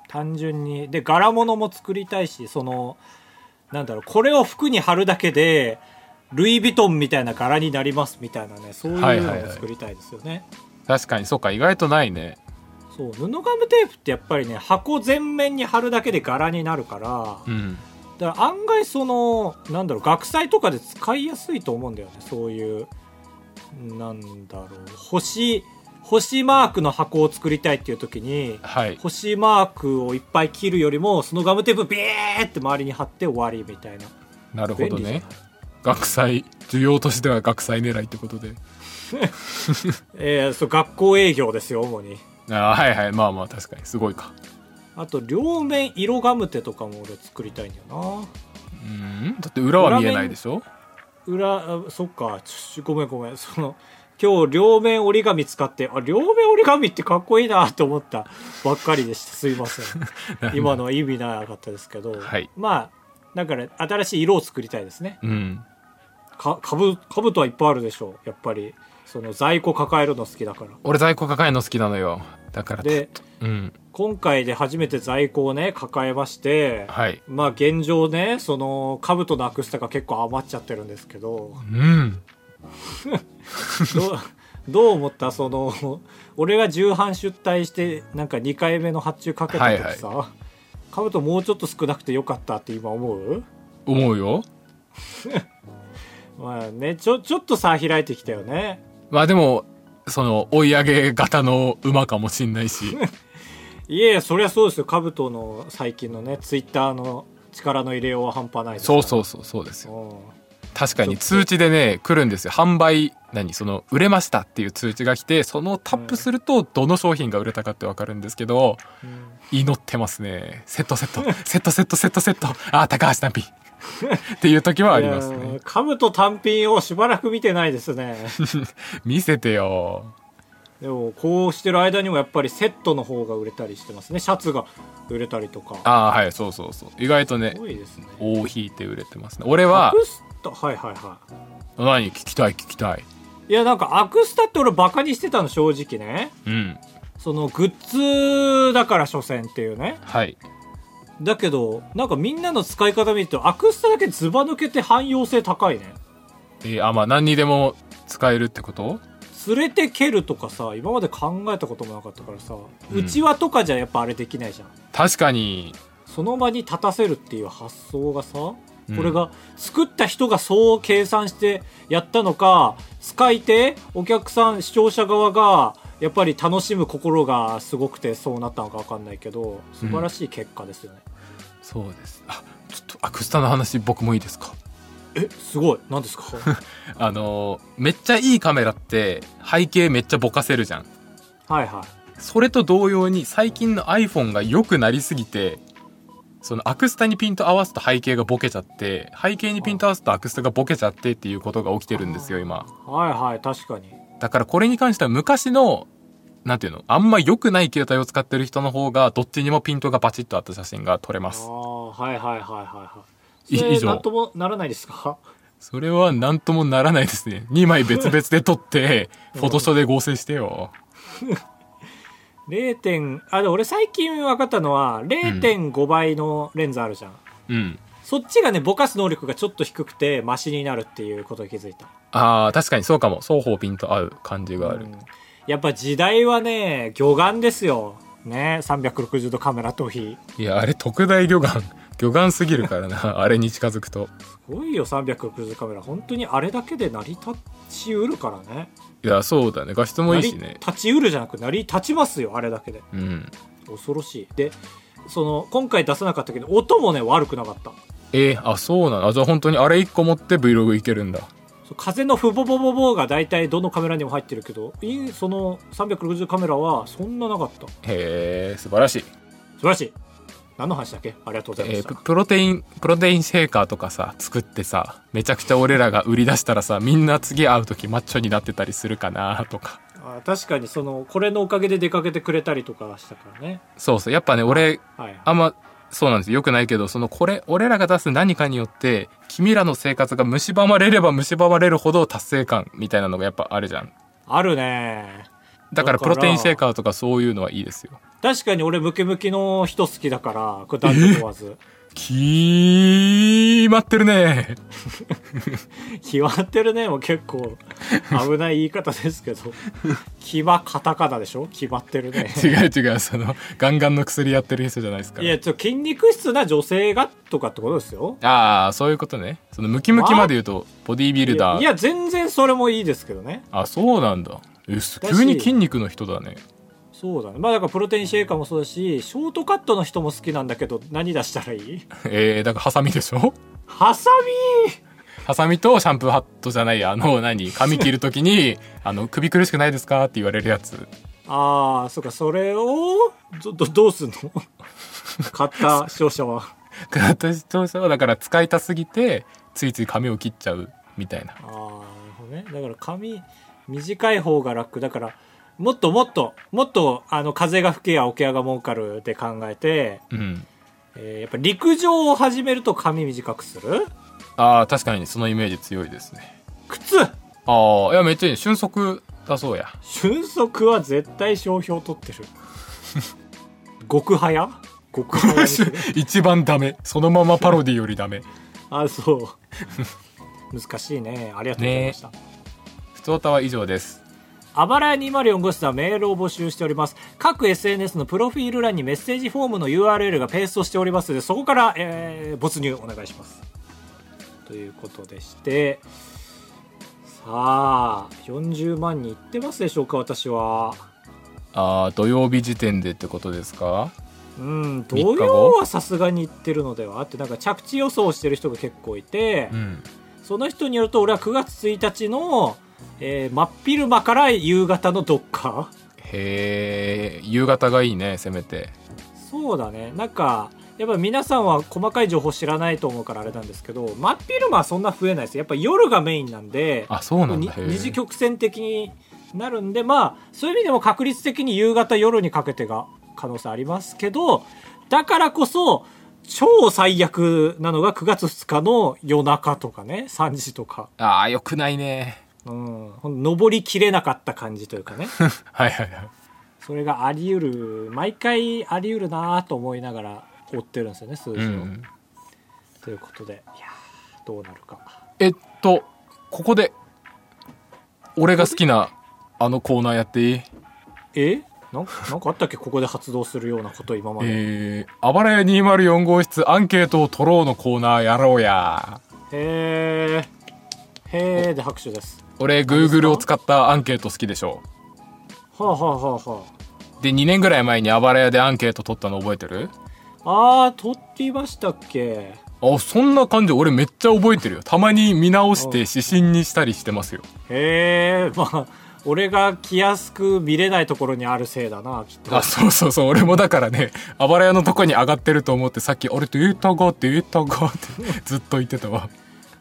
Speaker 2: 単純にで柄物も作りたいしそのなんだろうこれを服に貼るだけでルイ・ヴィトンみたいな柄になりますみたいなねそう
Speaker 1: はいいうはい
Speaker 2: の
Speaker 1: は
Speaker 2: を
Speaker 1: い
Speaker 2: 作りたいですよね、
Speaker 1: 確かにそうか意外とないね
Speaker 2: そう布ガムテープってやっぱりね箱全面に貼るだけで柄になるから
Speaker 1: うん
Speaker 2: だから案外そのなんだろう学祭とかで使いやすいと思うんだよねそういうなんだろう星星マークの箱を作りたいっていう時に
Speaker 1: はい
Speaker 2: 星マークをいっぱい切るよりもそのガムテープビーって周りに貼って終わりみたいな
Speaker 1: なるほ
Speaker 2: 便
Speaker 1: ど
Speaker 2: 利じゃない
Speaker 1: ね学祭需要としては学祭狙いってことで
Speaker 2: えーそう学校営業ですよ主に
Speaker 1: あーはいはいまあまあ確かにすごいか
Speaker 2: あと両面色ガムテとかも俺作りたいんだよな
Speaker 1: うんだって裏は見えないでしょ
Speaker 2: 裏あそっかちょごめんごめんその今日両面折り紙使ってあ両面折り紙ってかっこいいなと思ったばっかりでしたすいませ ん今のは意味なかったですけど、
Speaker 1: はい
Speaker 2: まあだから新しい色を作りたいですね
Speaker 1: うん
Speaker 2: か株株とはいっぱいあるでしょうやっぱりその在庫抱えるの好きだから
Speaker 1: 俺在庫抱えるの好きなのよだから
Speaker 2: で
Speaker 1: うん
Speaker 2: 今回で初めて在庫をね抱えまして
Speaker 1: はい
Speaker 2: まあ現状ねその兜のアクスタが結構余っちゃってるんですけど
Speaker 1: うん
Speaker 2: どうどう思ったその俺が重版出退してなんか2回目の発注かけた時さ、兜もうちょっと少なくてよかったって今思う
Speaker 1: 思うよ
Speaker 2: まあねちょちょっと差開いてきたよね
Speaker 1: まあでもその追い上げ型の馬かもしんない し
Speaker 2: いえいえそりゃそうですよ兜の最近のねツイッターの力の入れようは半端ないですか
Speaker 1: そ
Speaker 2: ら
Speaker 1: うそうそうそうですよ
Speaker 2: うん
Speaker 1: 確かに通知でね来るんですよ販売何その売れましたっていう通知が来てそのタップするとどの商品が売れたかってわかるんですけど
Speaker 2: うん
Speaker 1: 祈ってますねセットセ ットセットセットセットセットあー高橋単品っていう時はあります
Speaker 2: いや
Speaker 1: ね
Speaker 2: ー兜単品をしばらく見てないで すね
Speaker 1: 見せてよ
Speaker 2: でもこうしてる間にもやっぱりセットの方が売れたりしてますねシャツが売れたりとか
Speaker 1: ああはいそうそうそう意外とね
Speaker 2: すごいですね
Speaker 1: 大引いて売れてますね俺は
Speaker 2: アクスタはいはいは
Speaker 1: 何聞きたい聞きたい
Speaker 2: いいやなんかアクスタって俺バカにしてたの正直ね
Speaker 1: うん
Speaker 2: そのグッズだから所詮っていうね
Speaker 1: はい
Speaker 2: だけどなんかみんなの使い方見るとアクスタだけズバ抜けて汎用性高いね
Speaker 1: えーあまあ何にでも使えるってこと
Speaker 2: 連れて蹴るとかさ今まで考えたこともなかったからさ
Speaker 1: ん
Speaker 2: うちわとかじゃやっぱあれできないじゃん
Speaker 1: 確かに
Speaker 2: その場に立たせるっていう発想がさこ
Speaker 1: うん
Speaker 2: れが作った人がそう計算してやったのか使い手お客さん視聴者側がやっぱり楽しむ心がすごくてそうなったのか分かんないけど素晴らしい結果ですよね、
Speaker 1: そうですあちょっとアクスタの話僕もいいですか
Speaker 2: えすごい何 ですか
Speaker 1: あのーめっちゃいいカメラって背景めっちゃぼかせるじゃん
Speaker 2: はいは
Speaker 1: それと同様に最近の iPhone が良くなりすぎてそのアクスタにピント合わすと背景がボケちゃって背景にピント合わすとアクスタがボケちゃってっていうことが起きてるんですよ今
Speaker 2: いはいはい確かに
Speaker 1: だからこれに関しては昔のなんていうのあんま良くない携帯を使ってる人の方がどっちにもピントがバチッと合った写真が撮れま
Speaker 2: あ
Speaker 1: す
Speaker 2: あはいはいはいはいはい
Speaker 1: い
Speaker 2: それ
Speaker 1: 以上
Speaker 2: なんともならないですか
Speaker 1: それは何ともならないですね2枚別々で撮って フォトショーで合成してよ
Speaker 2: 0. 点あでも俺最近分かったのは0.5倍のレンズあるじゃん
Speaker 1: うん
Speaker 2: そっちがね、ぼかす能力がちょっと低くて、マシになるっていうことに気づいた。
Speaker 1: あー確かにそうかも双方ピント合う感じがある、
Speaker 2: うんやっぱ時代はね、魚眼ですよ。ね、360度カメラ逃避。
Speaker 1: いやあれ特大魚眼 魚眼すぎるから なあれに近づくと
Speaker 2: すごいよ、360度カメラ。本当にあれだけで成り立ちうるからね。
Speaker 1: いやそうだね画質もいいし
Speaker 2: 成
Speaker 1: ね
Speaker 2: り立ちうるじゃなく、成り立ちますよ、あれだけで。
Speaker 1: うん
Speaker 2: 恐ろしい。で、その、今回出さなかったけど、音もね、悪くなかった。
Speaker 1: えー、あそうなのあじゃあ本当にあれ1個持って Vlog いけるんだ
Speaker 2: そう風のフボボボボが大体どのカメラにも入ってるけど、いいその360度カメラはそんななかった。
Speaker 1: へえ素晴らしい、
Speaker 2: 素晴らしい何の話だっけありがとうございま
Speaker 1: え
Speaker 2: し
Speaker 1: ープ
Speaker 2: た、
Speaker 1: プロテインプロテインシェーカーとかさ作ってさめちゃくちゃ俺らが売り出したらさみんな次会う時マッチョになってたりするかなとか
Speaker 2: あ確かにそのこれのおかげで出かけてくれたりとかしたからね
Speaker 1: そうそうやっぱね俺
Speaker 2: はい
Speaker 1: あんまそうなんですよくないけどそのこれ俺らが出す何かによって君らの生活が蝕まれれば蝕まれるほど達成感みたいなのがやっぱあるじゃん
Speaker 2: あるね
Speaker 1: だから
Speaker 2: だ
Speaker 1: プ
Speaker 2: から
Speaker 1: ロテインシェーカーとかそういうのはいいですよ
Speaker 2: 確かに俺ムキムキの人好きだからこれ男女問 わず
Speaker 1: 決まってるね
Speaker 2: 決まってるねもう結構危ない言い方ですけど決まカタカナでしょ決まってるね
Speaker 1: 違う違うそのガンガンの薬やってる人じゃないですか
Speaker 2: いやちょ筋肉質な女性がとかってことですよ
Speaker 1: ああそういうことねそのムキムキまで言うとボディービル
Speaker 2: いや
Speaker 1: ダ
Speaker 2: い
Speaker 1: ー
Speaker 2: や全然それもいいですけどね
Speaker 1: あそうなんだえす
Speaker 2: だし
Speaker 1: 急に筋肉の人だね
Speaker 2: そうだねまあだからプロテインシェイカーもそうだしショートカットの人も好きなんだけど何出したらいい
Speaker 1: えー、だからハサミでしょ
Speaker 2: ハサミ
Speaker 1: ハサミとシャンプーハットじゃないあの何髪切る時 に「あの首苦しくないですか?」って言われるやつ
Speaker 2: ああそうかそれをどどどうすんの買った視聴者は
Speaker 1: 私としてはだから使いたすぎてついつい髪を切っちゃうみたいな
Speaker 2: ああなるほどねだから髪短い方が楽だからもっともっともっとあの風が吹けや桶屋が儲かるで考えて、
Speaker 1: うん
Speaker 2: えーやっぱ陸上を始めると髪短くする
Speaker 1: あー確かにそのイメージ強いですね
Speaker 2: 靴
Speaker 1: ああいやめっちゃいい俊足だそうや
Speaker 2: 俊足は絶対商標取ってる極早極早にする
Speaker 1: 一番ダメそのままパロディよりダメ
Speaker 2: あそう難しいねありがとうございました、
Speaker 1: ふつおたは以上です
Speaker 2: あばらや204号室ではメールを募集しております。各 SNS のプロフィール欄にメッセージフォームの URL がペーストしておりますので、そこから、えー没入お願いします。ということでして、さあ、40万人いってますでしょうか、私は。
Speaker 1: ああ土曜日時点でってことですか
Speaker 2: うん、
Speaker 1: 日後
Speaker 2: 土曜はさすがにいってるのではあって、なんか着地予想をしてる人が結構いて、
Speaker 1: うん
Speaker 2: その人によると、俺は9月1日の、えー真っ昼間から夕方のどっか。
Speaker 1: へえ夕方がいいねせめて
Speaker 2: そうだねなんかやっぱ皆さんは細かい情報知らないと思うからあれなんですけど真っ昼間はそんな増えないですやっぱ夜がメインなんで
Speaker 1: あそうなん
Speaker 2: に
Speaker 1: だへー
Speaker 2: 二次曲線的になるんでまあそういう意味でも確率的に夕方夜にかけてが可能性ありますけどだからこそ超最悪なのが9月2日の夜中とかね3時とか、
Speaker 1: ああよくないね
Speaker 2: うん、ほんと登りきれなかった感じというかね
Speaker 1: はいはいはい
Speaker 2: それがあり得る毎回あり得るなぁと思いながら追ってるんですよね数
Speaker 1: う
Speaker 2: 字を、
Speaker 1: ん
Speaker 2: ということでいやーどうなるか
Speaker 1: えっとここで俺が好きなあのコーナーやっていい
Speaker 2: えなんかなんかあったっけここで発動するようなこと今まで
Speaker 1: えー、あばらや204号室アンケートを取ろうのコーナーやろうや
Speaker 2: へえへえで拍手です
Speaker 1: 俺 Google を使ったアンケート好きでしょ
Speaker 2: はあはあはあは
Speaker 1: で2年ぐらい前にあばらやでアンケート取ったの覚えてる
Speaker 2: ああー撮ってましたっけ
Speaker 1: あそんな感じ俺めっちゃ覚えてるよたまに見直して指針にしたりしてますよ
Speaker 2: へえ まあ俺が来やすく見れないところにあるせいだなきっと
Speaker 1: あそうそうそう俺もだからねあばらやのとこに上がってると思ってさっき「俺と言ったが」って言ったがってずっと言ってたわ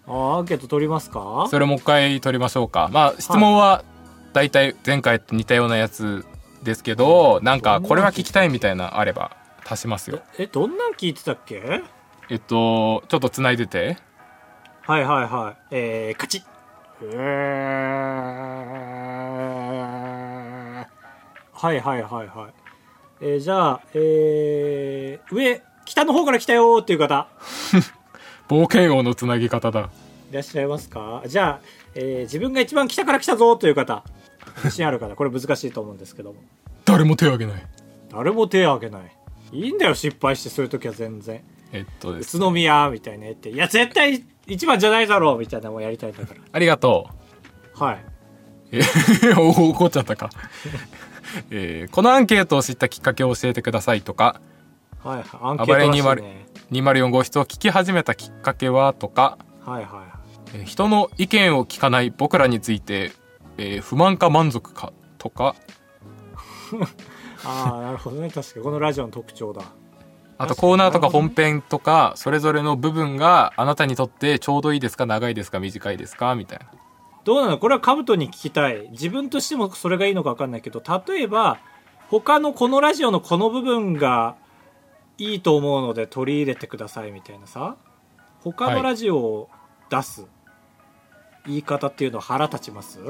Speaker 2: あーアンケート取りますか
Speaker 1: それもう一回取りましょうかまあ質問は大体前回と似たようなやつですけどなんかこれは聞きたいみたいなのあれば足しますよ
Speaker 2: えどんなん聞いてたっけ
Speaker 1: えっとちょっとつないでて
Speaker 2: はいはいはい。えー、勝ち。うーはいはいはいはい。えー、じゃあ、えー、上、北の方から来たよーっていう方、
Speaker 1: 冒険王のつなぎ方だ
Speaker 2: いらっしゃいますかじゃあ、えー、自分が一番北から来たぞーという方、自信ある方、これ難しいと思うんですけども。
Speaker 1: 誰も手を挙げない
Speaker 2: 誰も手を挙げない。いいんだよ、失敗して、そういう時は全然。
Speaker 1: えっとで
Speaker 2: 宇
Speaker 1: す
Speaker 2: 都宮みたいなやって、いや、絶対一番じゃないだろうみたいなのもやりたいんだから。
Speaker 1: ありがとう
Speaker 2: はい。
Speaker 1: え ー怒っちゃったか、 えーこのアンケートを知ったきっかけを教えてくださいとか
Speaker 2: はい、アンケート
Speaker 1: 暴
Speaker 2: ら
Speaker 1: れ
Speaker 2: しい
Speaker 1: 204
Speaker 2: ね。
Speaker 1: 204号室を聞き始めたきっかけはとか、
Speaker 2: はいはいはい。
Speaker 1: えー人の意見を聞かない僕らについて、えー不満か満足かとか
Speaker 2: ああ、なるほどね。確かにこのラジオの特徴だ。
Speaker 1: あと
Speaker 2: 確かに
Speaker 1: コーナーとか本編とかそれぞれの部分があなたにとってちょうどいいですか長いですか短いですかみたいな
Speaker 2: どうなのこれはカブトに聞きたい。自分としてもそれがいいのか分かんないけど、例えば、他のこのラジオのこの部分がいいと思うので取り入れてくださいみたいなさ他
Speaker 1: は
Speaker 2: の
Speaker 1: い
Speaker 2: ラジオを出す言い方っていうのは腹立ちます、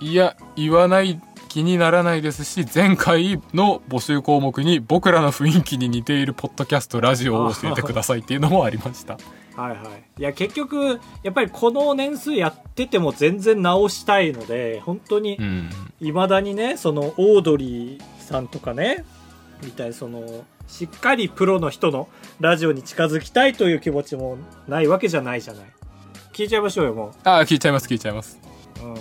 Speaker 1: いや言わない気にならないですし前回の募集項目に僕らの雰囲気に似ているポッドキャストラジオを教えてくださいっていうのもありました
Speaker 2: はいはい、いや結局やっぱりこの年数やってても全然直したいので本当に
Speaker 1: うん
Speaker 2: いまだにねそのオードリーさんとかねみたいにそのしっかりプロの人のラジオに近づきたいという気持ちもないわけじゃないじゃない聞いちゃいましょうよも
Speaker 1: ああ聞いちゃいます聞いちゃいます
Speaker 2: う、うん、